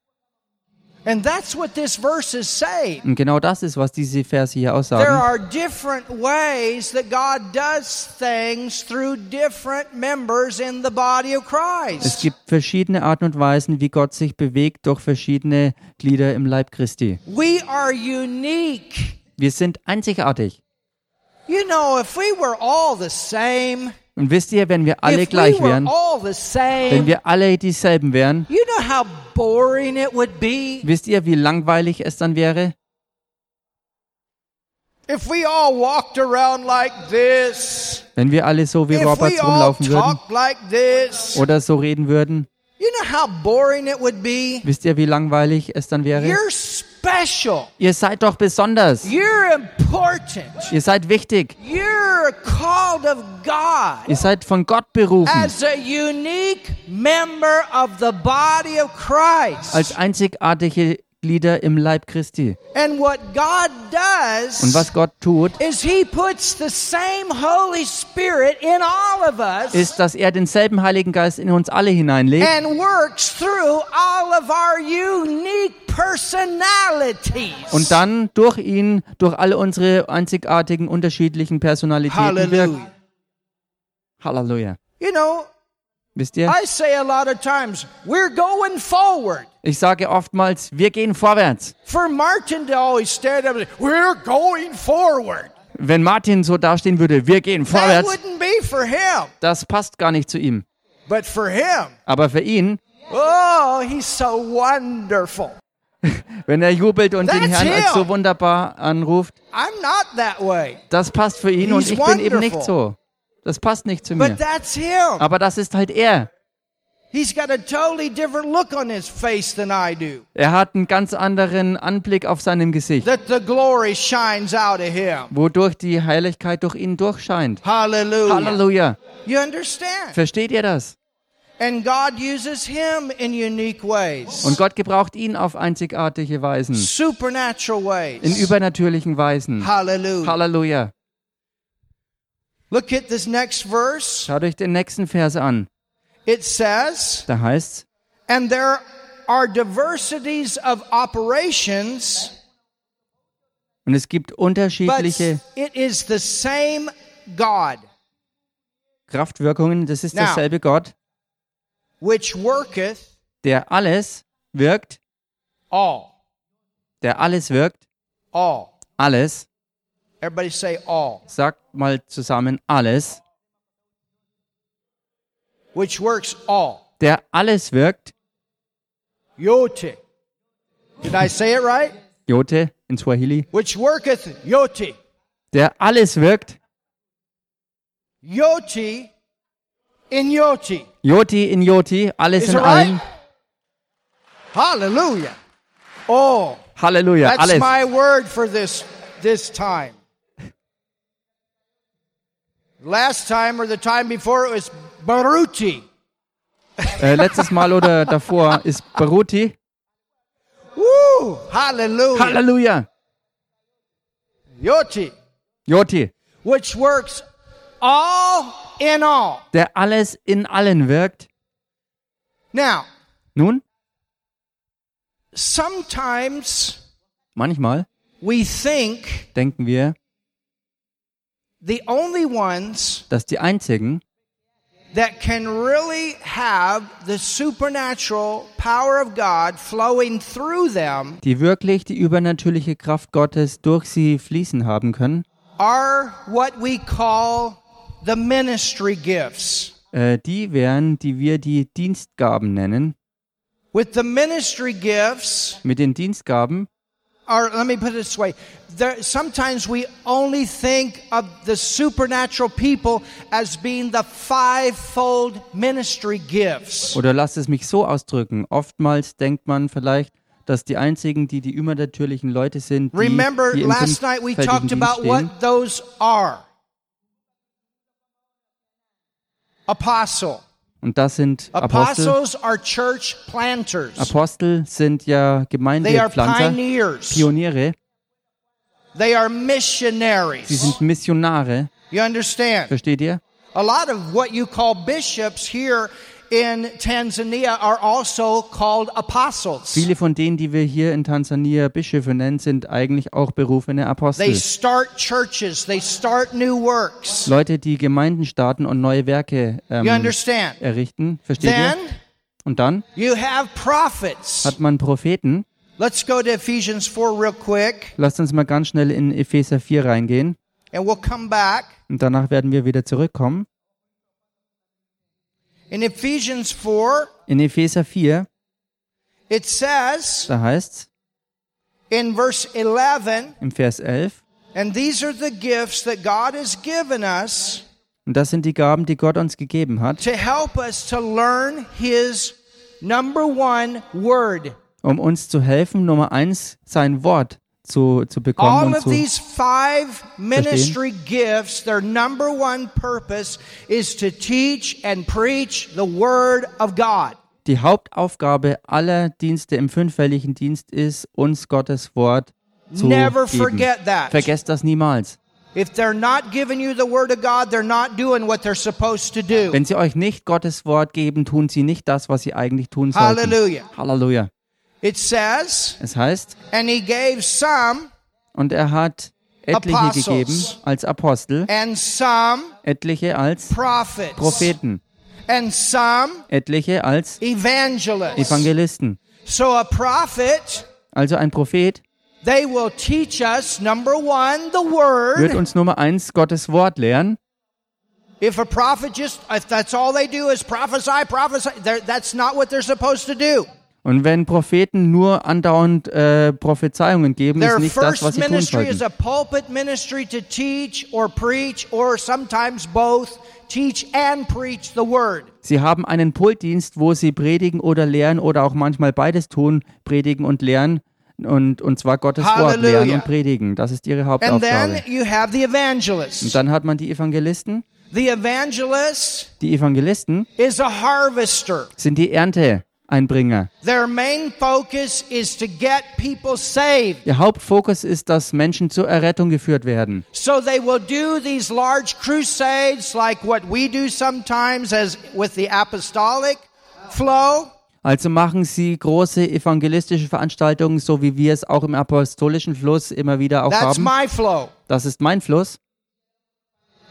A: And that's what this verse is saying.
B: Und genau das ist, was diese Verse hier
A: There
B: aussagen.
A: are different ways that God does things through different members in the body of
B: Es
A: Christ.
B: gibt verschiedene Arten und Weisen, wie Gott sich bewegt durch verschiedene Glieder im Leib Christi.
A: We are unique.
B: Wir sind einzigartig.
A: You know, if we were all the same,
B: Und wisst ihr, wenn wir alle
A: if we
B: gleich
A: were
B: wären,
A: all the
B: wenn
A: same,
B: wir alle dieselben wären,
A: You know how boring it would be
B: wisst ihr, wie langweilig es dann wäre?
A: if we all walked around like this,
B: Wenn wir alle so wie
A: if we
B: Roberts
A: all
B: rumlaufen würden
A: talked like this.
B: oder so reden würden.
A: You know how boring it would be?
B: Wisst ihr, wie langweilig es dann wäre?
A: You're special.
B: Ihr seid doch besonders.
A: You're important.
B: Ihr seid wichtig.
A: You're called of God
B: Ihr seid von Gott berufen.
A: as a unique member of the body of
B: Als
A: Christ.
B: einzigartige Glieder im Leib Christi.
A: And what God
B: Und
A: does
B: was Gott tut,
A: is He puts the same Holy Spirit in all of us.
B: ist, dass er denselben Heiligen Geist in uns alle hineinlegt
A: and works through all of our unique personalities.
B: und dann durch ihn, durch alle unsere einzigartigen, unterschiedlichen Personalitäten wirkt.
A: Hallelujah.
B: Halleluja.
A: You know,
B: Wisst ihr?
A: I say a lot of times, we're going forward.
B: Ich sage oftmals, wir gehen vorwärts.
A: For Martin to always stand up and say, we're going forward.
B: Wenn Martin so dastehen würde, wir gehen
A: That
B: vorwärts,
A: wouldn't be for him,
B: das passt gar nicht zu ihm.
A: but for him.
B: Aber für ihn,
A: Oh, he's so wonderful.
B: wenn er jubelt und den
A: That's
B: Herrn
A: him.
B: als so wunderbar anruft,
A: I'm not that way,
B: das passt für ihn und
A: He's
B: ich bin eben
A: wonderful.
B: nicht so. Das passt nicht zu
A: but
B: mir.
A: that's him.
B: Aber das ist halt er.
A: He's got a totally different look on his face than I do.
B: Er hat einen ganz anderen Anblick auf seinem Gesicht.
A: That the glory shines out of him.
B: wodurch die Heiligkeit durch ihn durchscheint. Halleluja.
A: You understand?
B: Versteht ihr das?
A: And God uses him in unique ways.
B: Und Gott gebraucht ihn auf einzigartige Weisen,
A: supernatural ways.
B: in übernatürlichen Weisen.
A: Hallelujah.
B: Halleluja.
A: Look at this next verse.
B: Schaut euch den nächsten Vers an.
A: It says,
B: Da heißt's,
A: "And there are diversities of operations,
B: und es gibt
A: but
B: unterschiedliche
A: it is the same God
B: Kraftwirkungen. Das ist derselbe Gott,
A: which worketh
B: der alles wirkt,
A: all,
B: der alles wirkt,
A: all,
B: alles
A: Everybody say all,
B: Sagt mal zusammen alles,
A: which works all.
B: der alles wirkt.
A: Yoti. Did I say it right?
B: Jote in Swahili.
A: Which worketh yoti.
B: Der alles wirkt.
A: Yoti in yoti.
B: Joti in Joti, alles
A: Is
B: in
A: it right?
B: allem.
A: Hallelujah. All.
B: Halleluja,
A: That's
B: alles.
A: my word for this this time. Last time or the time before it was baruti.
B: Äh, letztes Mal oder davor ist Baruti.
A: Woo! Hallelujah.
B: Halleluja.
A: Yoti,
B: Joti,
A: which works all in all.
B: der alles in allen wirkt.
A: Now,
B: Nun,
A: sometimes
B: manchmal
A: we think
B: denken wir,
A: the only ones
B: dass die einzigen,
A: that can really have the supernatural power of God flowing through them
B: die wirklich die übernatürliche Kraft Gottes durch sie fließen haben können,
A: are what we call the ministry gifts.
B: äh, die wären, die wir die Dienstgaben nennen.
A: With the ministry gifts,
B: Mit den Dienstgaben,
A: or let me put it this way, there, sometimes we only think of the supernatural people as being the fivefold ministry gifts.
B: oder lasst es mich so ausdrücken, oftmals denkt man vielleicht, dass die einzigen, die die übernatürlichen Leute sind, die,
A: Remember,
B: die im
A: last night we
B: fünffältigen
A: talked
B: Dienst
A: about
B: stehen.
A: what those are apostle.
B: Und das sind Apostel.
A: Apostles are church planters.
B: Apostel sind
A: They
B: ja
A: are
B: Gemeindepflanzer,
A: pioneers.
B: Pioniere.
A: They are
B: Sie
A: missionaries.
B: sind Missionare,
A: You understand?
B: versteht ihr?
A: A lot of what you call bishops here in Tanzania are also called apostles.
B: Viele von denen, die wir hier in Tansania Bischöfe nennen, sind eigentlich auch berufene
A: They
B: Apostel.
A: start churches, they start new works.
B: Leute, die Gemeinden starten und neue Werke
A: You
B: ähm,
A: understand?
B: errichten, versteht
A: Then
B: ihr? Und dann
A: you have prophets.
B: hat man Propheten.
A: Let's go to Ephesians 4 real quick
B: Lasst uns mal ganz schnell in Epheser 4 reingehen
A: and we'll come back.
B: und danach werden wir wieder zurückkommen.
A: In Ephesians 4,
B: In Epheser 4,
A: it says
B: da heißt's
A: in verse 11,
B: im Vers 11,
A: And these are the gifts that God has given us
B: und das sind die Gaben, die Gott uns gegeben hat.
A: to help us to learn His number one word.
B: um uns zu helfen, Nummer eins, sein Wort zu, zu bekommen
A: All
B: und
A: of
B: zu,
A: these five ministry gifts, their number one purpose is to teach and preach the Word of God.
B: die Hauptaufgabe aller Dienste im fünffälligen Dienst ist, uns Gottes Wort zu
A: Never
B: geben.
A: forget that.
B: Vergesst das niemals.
A: If they're not giving you the Word of God, they're not doing what they're supposed to do.
B: Wenn sie euch nicht Gottes Wort geben, tun sie nicht das, was sie eigentlich tun sollten.
A: Halleluja.
B: Halleluja.
A: It says,
B: Es heißt,
A: And He gave some,
B: und er hat etliche
A: Apostles.
B: gegeben als Apostel,
A: and some
B: etliche als
A: prophets,
B: Propheten,
A: and some
B: etliche als
A: evangelists.
B: Evangelisten.
A: So a prophet,
B: Also ein Prophet
A: they will teach us number 1 the
B: wird
A: word.
B: uns Nummer eins Gottes Wort lehren
A: If a prophet just if that's all they do is prophesy, prophesy, they're- that's not what they're supposed to do.
B: Und wenn Propheten nur andauernd äh, Prophezeiungen geben,
A: Their
B: ist nicht das, was
A: first
B: sie tun
A: ministry is
B: sollten.
A: a pulpit ministry to teach or preach or sometimes both teach and preach the word.
B: Sie haben einen Pultdienst, wo sie predigen oder lehren oder auch manchmal beides tun, predigen und lehren und, und zwar Gottes Wort
A: Halleluja.
B: lehren und predigen. Das ist ihre
A: And
B: Hauptaufgabe.
A: then you have the
B: Und
A: evangelists.
B: dann hat man die Evangelisten.
A: The evangelist
B: Die Evangelisten
A: is a harvester.
B: sind die Ernteeinbringer.
A: Their main focus is to get people saved.
B: Ihr Hauptfokus ist, dass Menschen zur Errettung geführt werden.
A: So they will do these large crusades like what we do sometimes as with the apostolic flow.
B: Also machen sie große evangelistische Veranstaltungen, so wie wir es auch im apostolischen Fluss immer wieder auch
A: That's
B: haben.
A: my flow.
B: Das ist mein Fluss.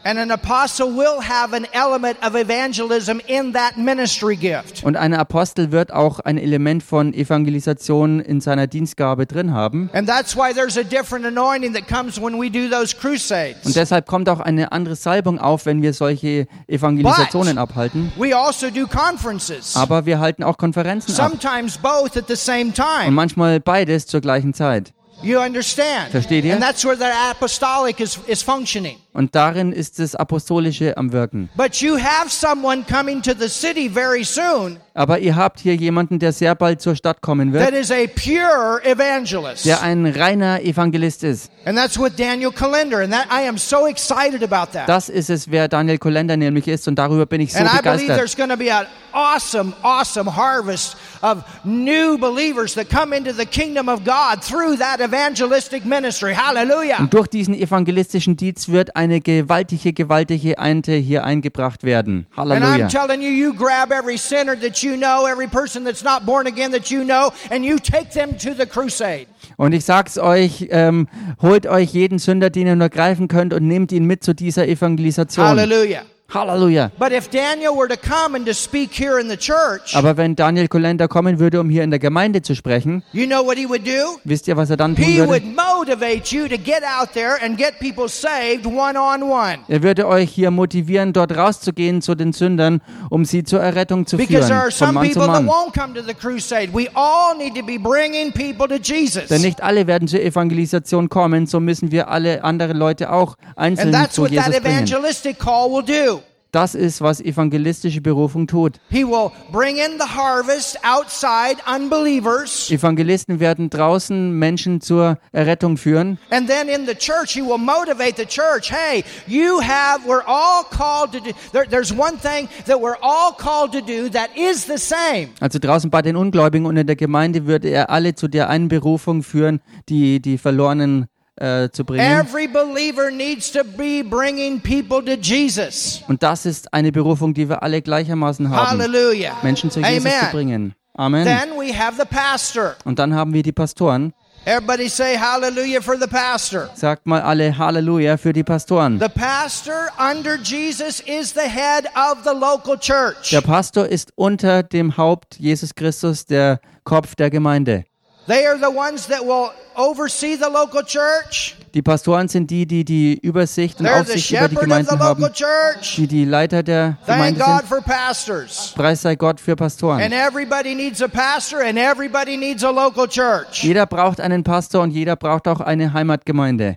A: And an apostle will have an element of evangelism in that ministry gift.
B: Und ein Apostel wird auch ein Element von Evangelisation in seiner Dienstgabe drin haben.
A: And that's why there's a different anointing that comes when we do those crusades.
B: Und deshalb kommt auch eine andere Salbung auf, wenn wir solche Evangelisationen abhalten.
A: We also do conferences,
B: Aber wir halten auch Konferenzen ab.
A: sometimes both at the same
B: Und
A: time.
B: manchmal beides zur gleichen Zeit.
A: You understand?
B: Versteht ihr?
A: And that's where the apostolic is, is functioning.
B: Und darin ist das Apostolische am Wirken.
A: But you have someone coming to the city very soon
B: Aber ihr habt hier jemanden, der sehr bald zur Stadt kommen
A: that
B: wird,
A: is a pure evangelist.
B: der ein reiner Evangelist ist.
A: And that's with Daniel Calendar. And that I am so excited about that.
B: Das ist es, wer Daniel Kolender nämlich ist. Und darüber bin ich so
A: and I believe
B: begeistert.
A: there's going to be an awesome, awesome harvest of new believers that come into the kingdom of God through that evangelistic ministry. Hallelujah.
B: Und durch diesen evangelistischen Dienst wird eine gewaltige, gewaltige Ernte hier eingebracht werden.
A: And I'm
B: Halleluja.
A: telling you, you grab every sinner that you know, every person that's not born again that you know, and you take them to the crusade.
B: Und ich sag's euch, ähm, holt euch jeden Sünder, den ihr nur greifen könnt und nehmt ihn mit zu dieser Evangelisation.
A: Hallelujah.
B: Halleluja.
A: But if Daniel were to come and to speak here in the church,
B: Aber wenn Daniel Kolender kommen würde, um hier in der Gemeinde zu sprechen,
A: you know what he would do?
B: wisst ihr, was er dann tun
A: He would
B: würde?
A: motivate you to get out there and get people saved one on one.
B: Er würde euch hier motivieren, dort rauszugehen zu den Sündern, um sie zur Errettung zu
A: Because there are
B: führen, von
A: some
B: Mann zu
A: people that
B: Mann.
A: won't come to the crusade. We all need to be bringing people to Jesus.
B: Denn nicht alle werden zur Evangelisation kommen, so müssen wir alle anderen Leute auch
A: And
B: einzeln
A: that's
B: zu
A: what that
B: Jesus bringen.
A: evangelistic call will do.
B: Das ist, was evangelistische Berufung tut.
A: He will bring in the harvest outside unbelievers.
B: Evangelisten werden draußen Menschen zur Errettung führen
A: And then in the church, he will motivate the church. Hey, you have, we're all called to do, there, there's one thing that we're all called to do that is the same.
B: Also draußen bei den Ungläubigen und in der Gemeinde würde er alle zu der einen Berufung führen, die die Verlorenen äh, zu bringen.
A: Every believer needs to be bringing people to Jesus.
B: Und das ist eine Berufung, die wir alle gleichermaßen haben,
A: Hallelujah.
B: Menschen zu Jesus zu
A: Amen.
B: bringen. Amen.
A: Then we have the pastor.
B: Und dann haben wir die Pastoren.
A: Everybody say hallelujah for the pastor.
B: Sagt mal alle Halleluja für die Pastoren.
A: The pastor under Jesus is the head of the local church.
B: Der Pastor ist unter dem Haupt Jesus Christus der Kopf der Gemeinde.
A: They are the ones that will oversee the local church.
B: Die Pastoren sind die, die die Übersicht und
A: They're the
B: Aufsicht über die
A: shepherd of the
B: Gemeinden
A: local
B: haben,
A: church.
B: die die Leiter der
A: Thank
B: Gemeinde sind.
A: God for pastors.
B: Preis sei Gott für Pastoren.
A: And everybody needs a pastor and everybody needs a local church.
B: Jeder braucht einen Pastor und jeder braucht auch eine Heimatgemeinde,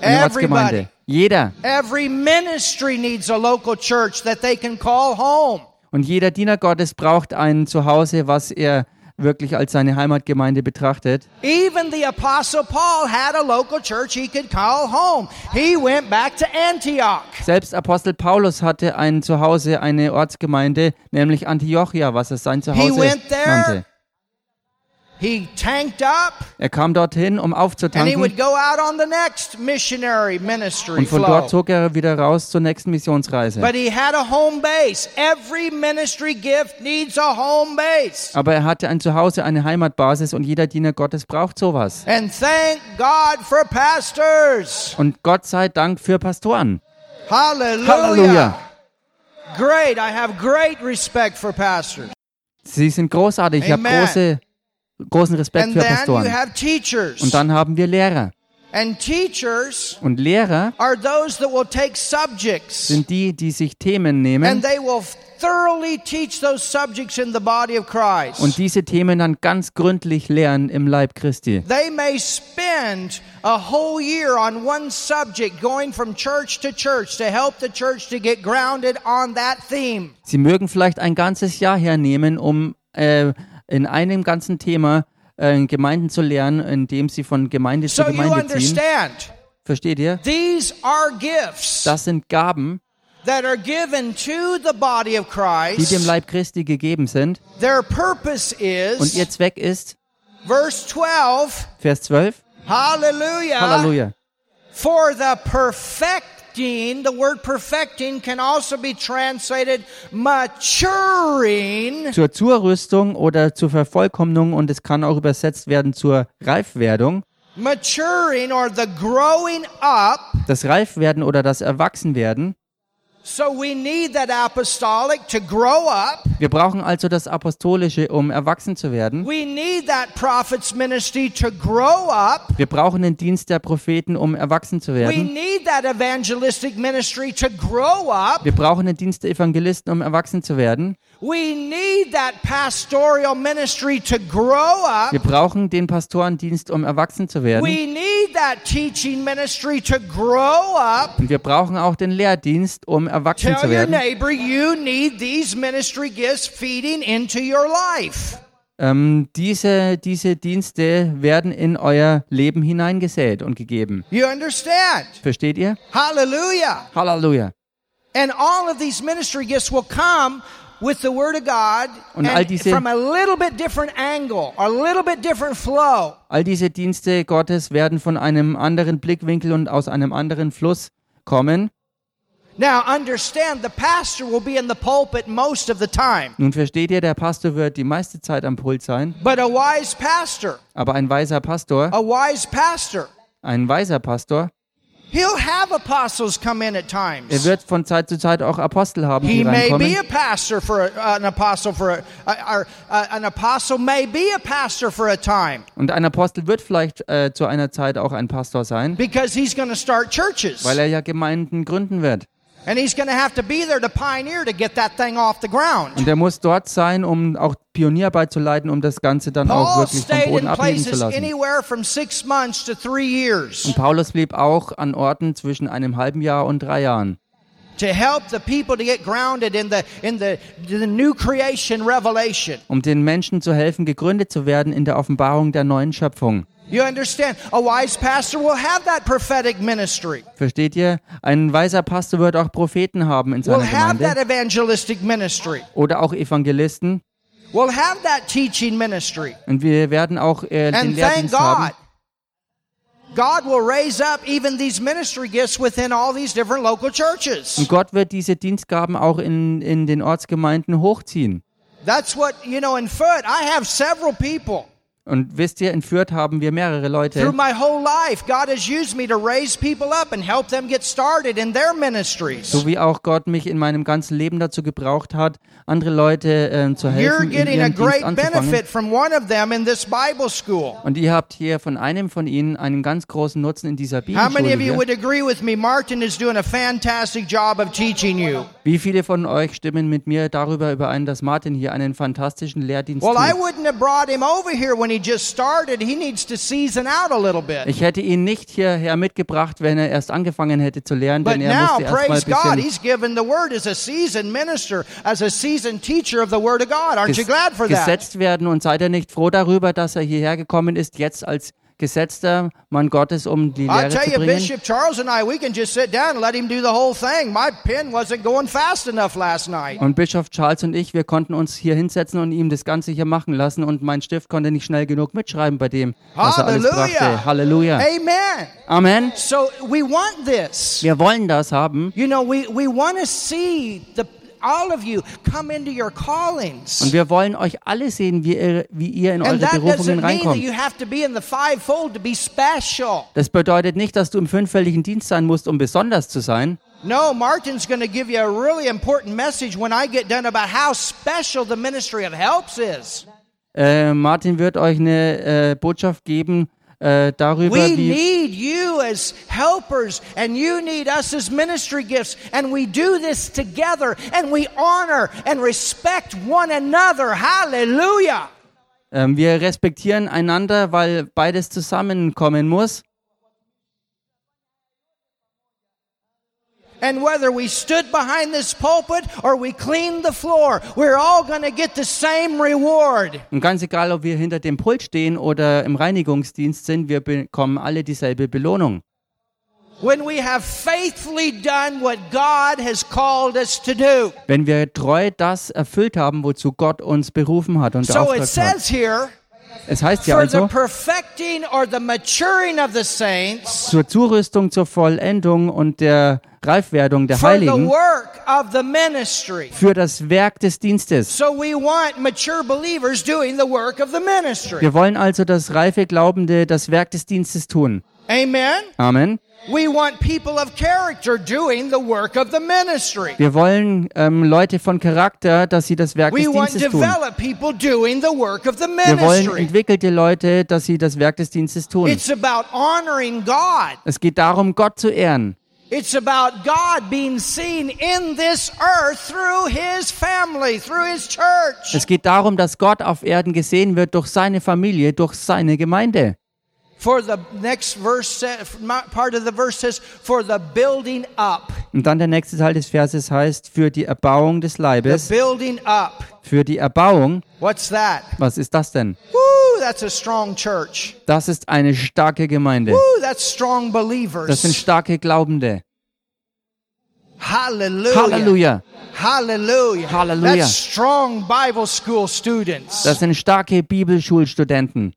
B: eine
A: Everybody.
B: Ortsgemeinde. Jeder.
A: Every ministry needs a local church that they can call home.
B: Und jeder Diener Gottes braucht ein Zuhause, was er wirklich als seine Heimatgemeinde betrachtet.
A: Even the apostle Paul had a local church he could call home. He went back to Antioch.
B: Selbst Apostel Paulus hatte ein Zuhause, eine Ortsgemeinde, nämlich Antiochia, was er sein Zuhause
A: went there.
B: nannte.
A: He tanked up
B: Er kam dorthin,
A: and
B: um
A: he would
B: aufzutanken
A: go out on the next missionary ministry
B: und von
A: flow.
B: dort zog er wieder raus zur nächsten Missionsreise.
A: But he had a home base. Every ministry gift needs a home base.
B: Aber er hatte ein Zuhause, eine Heimatbasis und jeder Diener Gottes braucht sowas.
A: And thank God for pastors.
B: Und Gott sei Dank für Pastoren.
A: Hallelujah.
B: Halleluja.
A: Great. I have great respect for pastors.
B: Sie sind großartig. Ich habe
A: Amen.
B: große, großen Respekt
A: And
B: für
A: then you
B: Pastoren.
A: have teachers.
B: Und dann haben wir Lehrer.
A: And teachers
B: Und Lehrer
A: are those that will take subjects
B: sind die, die sich Themen
A: and
B: nehmen
A: they will thoroughly teach those subjects in the body of Christ.
B: und diese Themen dann ganz gründlich lernen im Leib Christi.
A: They may spend a whole year on one subject, going from church to church to help the church to get grounded on that theme.
B: Sie mögen vielleicht ein ganzes Jahr hernehmen, um äh, in einem ganzen Thema äh, Gemeinden zu lernen, indem sie von Gemeinde
A: So
B: zu
A: you
B: Gemeinde ziehen.
A: understand,
B: Versteht ihr?
A: these are gifts
B: Das sind Gaben,
A: that are given to the body of
B: die dem
A: Christ.
B: Leib Christi gegeben sind.
A: Their purpose
B: Und ihr
A: is,
B: Zweck ist,
A: verse 12,
B: Vers 12,
A: hallelujah,
B: Halleluja.
A: for the perfecting, the word perfecting can also be translated maturing.
B: zur Zurüstung oder zur Vervollkommnung und es kann auch übersetzt werden zur Reifwerdung.
A: maturing or the growing up
B: das Reifwerden oder das Erwachsenwerden.
A: So we need that apostolic to grow up.
B: Wir brauchen also das Apostolische, um erwachsen zu werden.
A: We need that prophet's ministry to grow up.
B: Wir brauchen den Dienst der Propheten, um erwachsen zu
A: We
B: werden.
A: need that evangelistic ministry to grow up.
B: Wir brauchen den Dienst der Evangelisten, um erwachsen zu werden.
A: We need that pastoral ministry to grow up.
B: Wir brauchen den Pastorendienst, um erwachsen zu werden.
A: We need that teaching ministry to grow up.
B: Und wir brauchen auch den Lehrdienst, um erwachsen
A: Tell
B: zu
A: your
B: werden.
A: neighbor you need these ministry gifts feeding into your life.
B: Ähm, diese, diese Dienste werden in euer Leben hineingesät und gegeben.
A: You understand?
B: Versteht ihr?
A: Hallelujah.
B: Halleluja.
A: And all of these ministry gifts will come with the Word of God
B: Und all
A: and
B: diese-
A: from a little bit different angle, a little bit different flow.
B: All diese Dienste Gottes werden von einem anderen Blickwinkel und aus einem anderen Fluss kommen.
A: Now, understand the pastor will be in the pulpit most of the time,
B: Nun versteht ihr, der Pastor wird die meiste Zeit am Pult sein,
A: but a wise pastor,
B: aber ein weiser Pastor,
A: a wise pastor,
B: ein weiser Pastor,
A: he'll have apostles come in at
B: er
A: times.
B: wird von Zeit zu Zeit auch Apostel haben, die
A: He may be
B: reinkommen.
A: a pastor for a, an apostle for a, or uh, an apostle may be a pastor for a time
B: Und ein Apostel wird vielleicht äh, zu einer Zeit auch ein Pastor sein,
A: because he's going to start churches
B: weil er ja Gemeinden gründen wird.
A: and he's going to have to be there to pioneer to get that thing off the ground.
B: Und er muss dort sein, um auch Pionierarbeit zu leiten, um das Ganze dann auch
A: Paul
B: wirklich vom
A: stayed in
B: Boden ablegen zu
A: places
B: lassen.
A: anywhere from six months to three years
B: Und Paulus blieb auch an Orten zwischen einem halben Jahr und drei Jahren,
A: to help the people to get grounded in the in the, the new creation revelation.
B: um den Menschen zu helfen, gegründet zu werden in der Offenbarung der neuen Schöpfung.
A: You understand? A wise pastor will have that prophetic ministry.
B: Versteht ihr? Ein weiser Pastor wird auch Propheten haben in
A: Will
B: seiner
A: have that
B: Gemeinde
A: evangelistic ministry.
B: oder auch Evangelisten.
A: Will have that teaching ministry.
B: Und wir werden auch äh, den
A: And thank
B: Lehrdienst haben.
A: God. God will raise up even these ministry gifts within all these different local
B: Und
A: churches.
B: Gott wird diese Dienstgaben auch in, in den Ortsgemeinden hochziehen.
A: That's what, you know, in Foot, I have several people
B: Und wisst ihr, in Fürth haben wir mehrere Leute,
A: through my whole life. God has used me to raise people up and help them get started in their ministries.
B: So wie auch Gott mich in meinem ganzen Leben dazu gebraucht hat, andere Leute ähm, zu
A: You're
B: helfen, in
A: getting a
B: ihrem Dienst
A: great
B: anzufangen.
A: benefit from one of them in this Bible school.
B: Und ihr habt hier von einem von ihnen einen ganz großen Nutzen in dieser
A: How many
B: Bibelschule.
A: of you
B: Hier.
A: would agree with me? Martin is doing a fantastic job of teaching you.
B: Wie viele von euch stimmen mit mir darüber überein, dass Martin hier einen fantastischen Lehrdienst
A: Well, I
B: tut?
A: wouldn't have brought him over here when he just started. He needs to season out a little bit.
B: Ich hätte ihn nicht hierher mitgebracht, wenn er erst angefangen hätte zu lernen,
A: But
B: denn er
A: now,
B: musste erst mal
A: praise God,
B: ein bisschen
A: he's given the word as a seasoned minister, as a seasoned teacher of the word of God. Aren't you
B: ges
A: glad for that?
B: gesetzt werden. Und seid ihr nicht froh darüber, dass er hierher gekommen ist, jetzt als gesetzter Mann Gottes, um die
A: I
B: Lehre
A: tell
B: zu
A: you,
B: bringen?
A: Bishop Charles and I, we can just sit down and let him do the whole thing. My pen wasn't going fast enough last night.
B: Und Bischof Charles und ich, wir konnten uns hier hinsetzen und ihm das Ganze hier machen lassen. Und mein Stift konnte nicht schnell genug mitschreiben bei dem, was er alles brachte. Halleluja.
A: Amen.
B: Amen.
A: So we want this.
B: Wir wollen das haben.
A: You know, we, we want to see the all of you come into your callings.
B: Und wir wollen euch alle sehen, wie ihr, wie ihr in eure
A: And that
B: Berufungen
A: doesn't mean that you
B: reinkommt.
A: have to be in the fivefold to be special.
B: Das bedeutet nicht, dass du im fünffälligen Dienst sein musst, um besonders zu sein.
A: No, Martin's going to give you a really important message when I get done about how special the ministry of helps is.
B: Äh, Martin wird euch eine äh, Botschaft geben äh, darüber,
A: We
B: wie,
A: need you as helpers, and you need us as ministry gifts, and we do this together, and we honor and respect one another. Hallelujah.
B: ähm, wir respektieren einander, weil beides zusammenkommen muss.
A: And whether we stood behind this pulpit or we cleaned the floor, we're all going to get the same reward.
B: Und ganz egal, ob wir hinter dem Pult stehen oder im Reinigungsdienst sind, wir bekommen alle dieselbe Belohnung.
A: When we have faithfully done what God has called us to do.
B: Wenn wir treu das erfüllt haben, wozu Gott uns berufen hat und
A: So it
B: beauftragt hat.
A: says here,
B: Es heißt ja
A: for the
B: also,
A: perfecting or the maturing of the saints,
B: zur Zurüstung, zur Vollendung und der Reifwerdung der
A: for the
B: Heiligen,
A: work of the ministry.
B: für das Werk des Dienstes.
A: So we want mature believers doing the work of the ministry.
B: Wir wollen also das reife Glaubende, das Werk des Dienstes tun.
A: Amen.
B: Amen.
A: We want people of character doing the work of the ministry.
B: Wir wollen ähm, Leute von Charakter, dass sie das Werk
A: We
B: des
A: want
B: Dienstes tun.
A: developed people doing the work of the
B: Wir wollen
A: ministry.
B: entwickelte Leute, dass sie das Werk des Dienstes tun.
A: It's about honoring God.
B: Es geht darum, Gott zu ehren.
A: It's about God being seen in this earth through his family, through his church.
B: Es geht darum, dass Gott auf Erden gesehen wird durch seine Familie, durch seine Gemeinde.
A: For the next verse, sa- my- part of the verse says, for the building up.
B: Und dann der nächste Teil des Verses heißt, für die Erbauung des
A: The
B: Leibes,
A: building up.
B: für die Erbauung,
A: What's that?
B: was ist das denn?
A: Woo, that's a strong church.
B: Das ist eine starke Gemeinde.
A: Woo, that's strong
B: Das sind
A: believers.
B: starke Glaubende.
A: Hallelujah.
B: Halleluja.
A: Hallelujah.
B: Hallelujah.
A: That's strong Bible school students.
B: Das sind starke Bibelschulstudenten.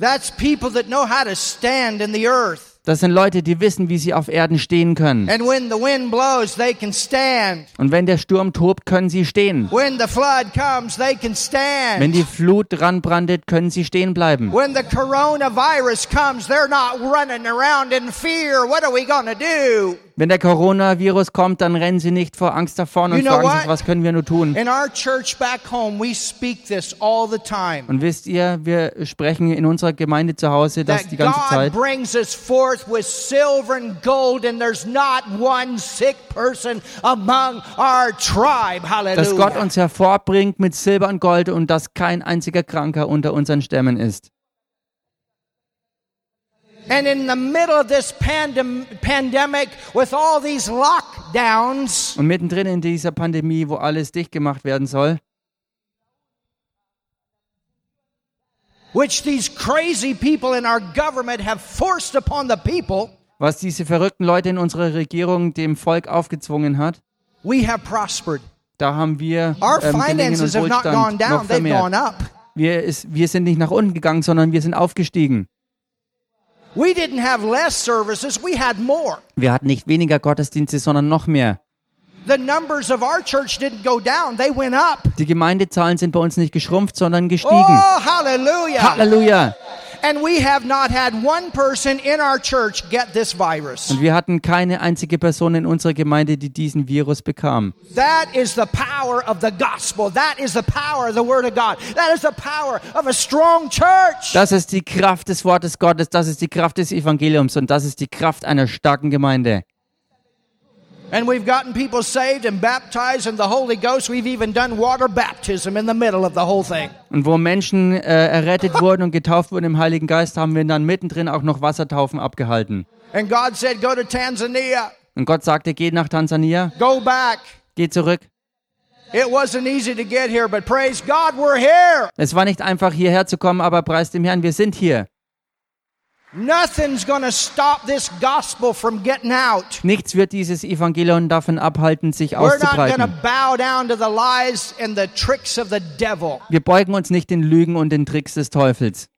A: That's people that know how to stand in the earth.
B: Das sind Leute, die wissen, wie sie auf Erden stehen können.
A: And when the wind blows, they can stand.
B: Und wenn der Sturm tobt, können sie stehen.
A: When the flood comes, they can stand.
B: Wenn die Flut ranbrandet, können sie stehen bleiben.
A: when the coronavirus comes, they're not running around in fear. What are we going to do?
B: Wenn der Coronavirus kommt, dann rennen sie nicht vor Angst davon
A: You
B: und
A: know
B: fragen
A: what?
B: sich, was können wir nur tun?
A: In our church back home, we speak this all the time.
B: Und wisst ihr, wir sprechen in unserer Gemeinde zu Hause das
A: That
B: die ganze
A: God
B: Zeit.
A: brings us forth with silver and gold, and there's not one sick person among our tribe.
B: Dass Gott
A: Hallelujah.
B: uns hervorbringt mit Silber und Gold und dass kein einziger Kranker unter unseren Stämmen ist.
A: And in the middle of this pandem- pandemic, with all these lockdowns,
B: Und mittendrin in dieser Pandemie, wo alles dicht gemacht werden soll,
A: which these crazy people in our government have forced upon the people,
B: was diese verrückten Leute in unserer Regierung dem Volk aufgezwungen hat,
A: we have prospered.
B: da haben wir
A: Our
B: ähm, Gelingen
A: finances have
B: und
A: not gone
B: Wohlstand noch
A: down, they've gone
B: vermehrt.
A: up.
B: Wir, ist, wir sind nicht nach unten gegangen, sondern wir sind aufgestiegen.
A: We didn't have less services, we had more.
B: Wir hatten nicht weniger Gottesdienste, sondern noch mehr.
A: The numbers of our church didn't go down, they went up.
B: Die Gemeindezahlen sind bei uns nicht geschrumpft, sondern gestiegen.
A: Oh, hallelujah.
B: Halleluja!
A: And we have not had one person in our church get this virus.
B: Und wir hatten keine einzige Person in unserer Gemeinde, die diesen Virus bekam.
A: That is the power of the gospel. That is the power of the word of God. That is the power of a strong church.
B: Das ist die Kraft des Wortes Gottes, das ist die Kraft des Evangeliums und das ist die Kraft einer starken Gemeinde.
A: And we've gotten people saved and baptized in the Holy Ghost. We've even done water baptism in the middle of the whole thing.
B: Und wo Menschen äh, errettet wurden und getauft wurden im Heiligen Geist, haben wir dann mittendrin auch noch Wassertaufen abgehalten.
A: And God said, Go to Tanzania,
B: Und Gott sagte, geht nach Tansania,
A: go back.
B: geht zurück.
A: It wasn't easy to get here, but praise God, we're here.
B: Es war nicht einfach, hierher zu kommen, aber preis dem Herrn, wir sind hier.
A: Nothing's going to stop this gospel from getting out.
B: Nichts wird dieses Evangelium davon abhalten, sich
A: We're not going to
B: auszubreiten.
A: bow down to the lies and the tricks of the devil.
B: Wir beugen uns nicht den Lügen und den Tricks des Teufels.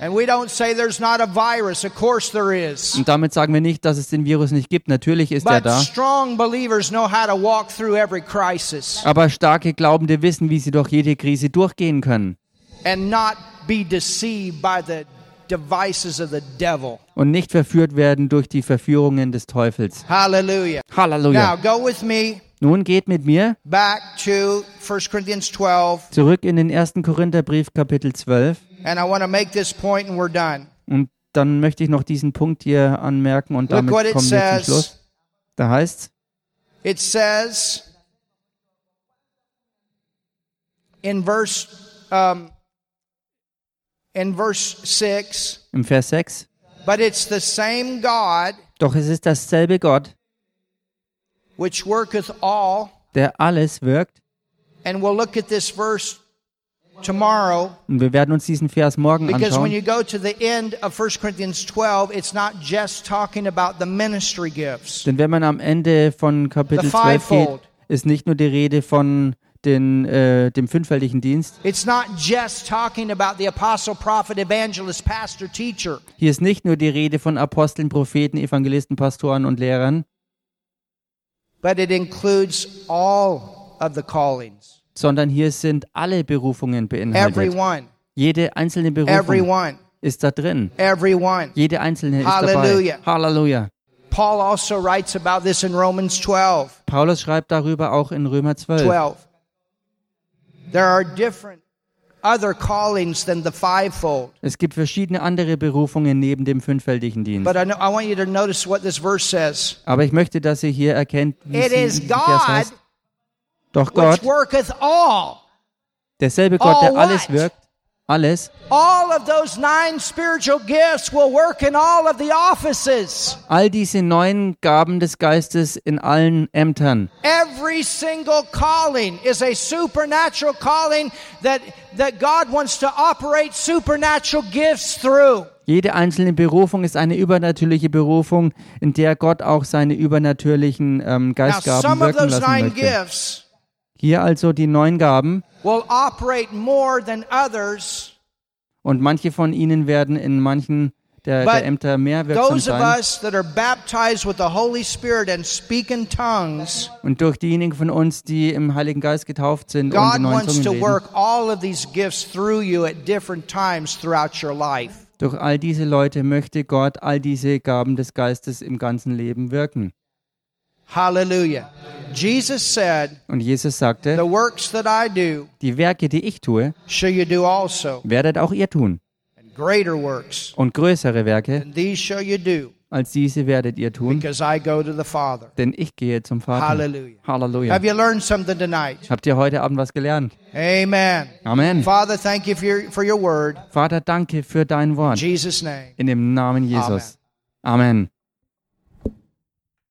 A: And we don't say there's not a virus. Of course there is.
B: Und damit sagen wir nicht, dass es den Virus nicht gibt. Natürlich ist er
A: But
B: da.
A: strong believers know how to walk through every crisis
B: Aber starke Glaubende wissen, wie sie durch jede Krise durchgehen können
A: and not be deceived by the devices of the devil.
B: und nicht verführt werden durch die Verführungen des Teufels.
A: Hallelujah. Now
B: Halleluja.
A: go with me
B: Nun geht mit mir
A: back to 1 Corinthians 12
B: zurück in den 1. Korintherbrief Kapitel 12
A: and I want to make this point and we're done.
B: und dann möchte ich noch diesen Punkt hier anmerken und
A: Look
B: damit
A: what it
B: kommen wir zum
A: says.
B: Schluss. Da heißt's,
A: It says in verse um, in verse 6
B: im Vers 6,
A: But it's the same God
B: doch es ist dasselbe Gott,
A: which worketh all.
B: der alles wirkt
A: And we'll look at this verse tomorrow
B: und wir werden uns diesen Vers morgen
A: because when
B: anschauen.
A: you go to the end of 1 Corinthians 12, it's not just talking about the ministry gifts.
B: Denn wenn man am Ende von Kapitel
A: The
B: 12 geht,
A: fivefold.
B: ist nicht nur die Rede von den, äh, dem fünffältigen Dienst.
A: It's not just talking about the apostle, prophet, evangelist, pastor, teacher.
B: Hier ist nicht nur die Rede von Aposteln, Propheten, Evangelisten, Pastoren und Lehrern,
A: But it includes all of the callings.
B: sondern hier sind alle Berufungen beinhaltet.
A: Everyone.
B: Jede einzelne Berufung
A: Everyone.
B: ist da drin.
A: everyone.
B: Jede einzelne ist
A: Halleluja.
B: dabei. Halleluja.
A: Paul also writes about this in Romans 12.
B: Paulus schreibt darüber auch in Römer 12.
A: 12. There are different other callings than the fivefold.
B: Es gibt verschiedene andere Berufungen neben dem fünffältigen Dienst.
A: But I, know, I want you to notice what this verse says.
B: Aber ich möchte, dass ihr hier erkennt, wie
A: It is
B: es
A: God
B: heißt. Doch
A: Which
B: Gott,
A: worketh all.
B: derselbe Gott,
A: all
B: der alles
A: what?
B: wirkt, alles,
A: All of those nine spiritual gifts will work in all of the offices.
B: all diese neuen Gaben des Geistes in allen Ämtern.
A: Every single calling is a supernatural calling that, that God wants to operate supernatural gifts through.
B: Jede einzelne Berufung ist eine übernatürliche Berufung, in der Gott auch seine übernatürlichen ähm,
A: Now,
B: Geistgaben
A: some of
B: wirken
A: those
B: lassen
A: nine
B: möchte.
A: gifts
B: Hier also die neun Gaben
A: will operate more than others.
B: und manche von ihnen werden in manchen der,
A: But
B: der Ämter mehr wirksam
A: Those of
B: sein.
A: us that are baptized with the Holy Spirit and speak in tongues,
B: Und durch diejenigen von uns, die im Heiligen Geist getauft sind und
A: God
B: in neuen
A: wants to
B: Zungen reden,
A: work all of these gifts through you at different times throughout your life.
B: durch all diese Leute möchte Gott all diese Gaben des Geistes im ganzen Leben wirken.
A: Hallelujah. Jesus said,
B: Und Jesus sagte,
A: The works that I do,
B: die Werke, die ich tue,
A: shall you do also,
B: werdet auch ihr tun.
A: and greater works.
B: Und größere Werke
A: And these shall you do,
B: als diese werdet ihr tun,
A: because I go to the Father.
B: denn ich gehe zum Vater.
A: Hallelujah.
B: Halleluja.
A: Have you learned something tonight?
B: Habt ihr heute Abend was gelernt?
A: Amen.
B: Amen.
A: Father, thank you for your, for your word.
B: Vater, danke für dein
A: In
B: Wort.
A: Jesus' name.
B: In dem Namen Jesus. Amen.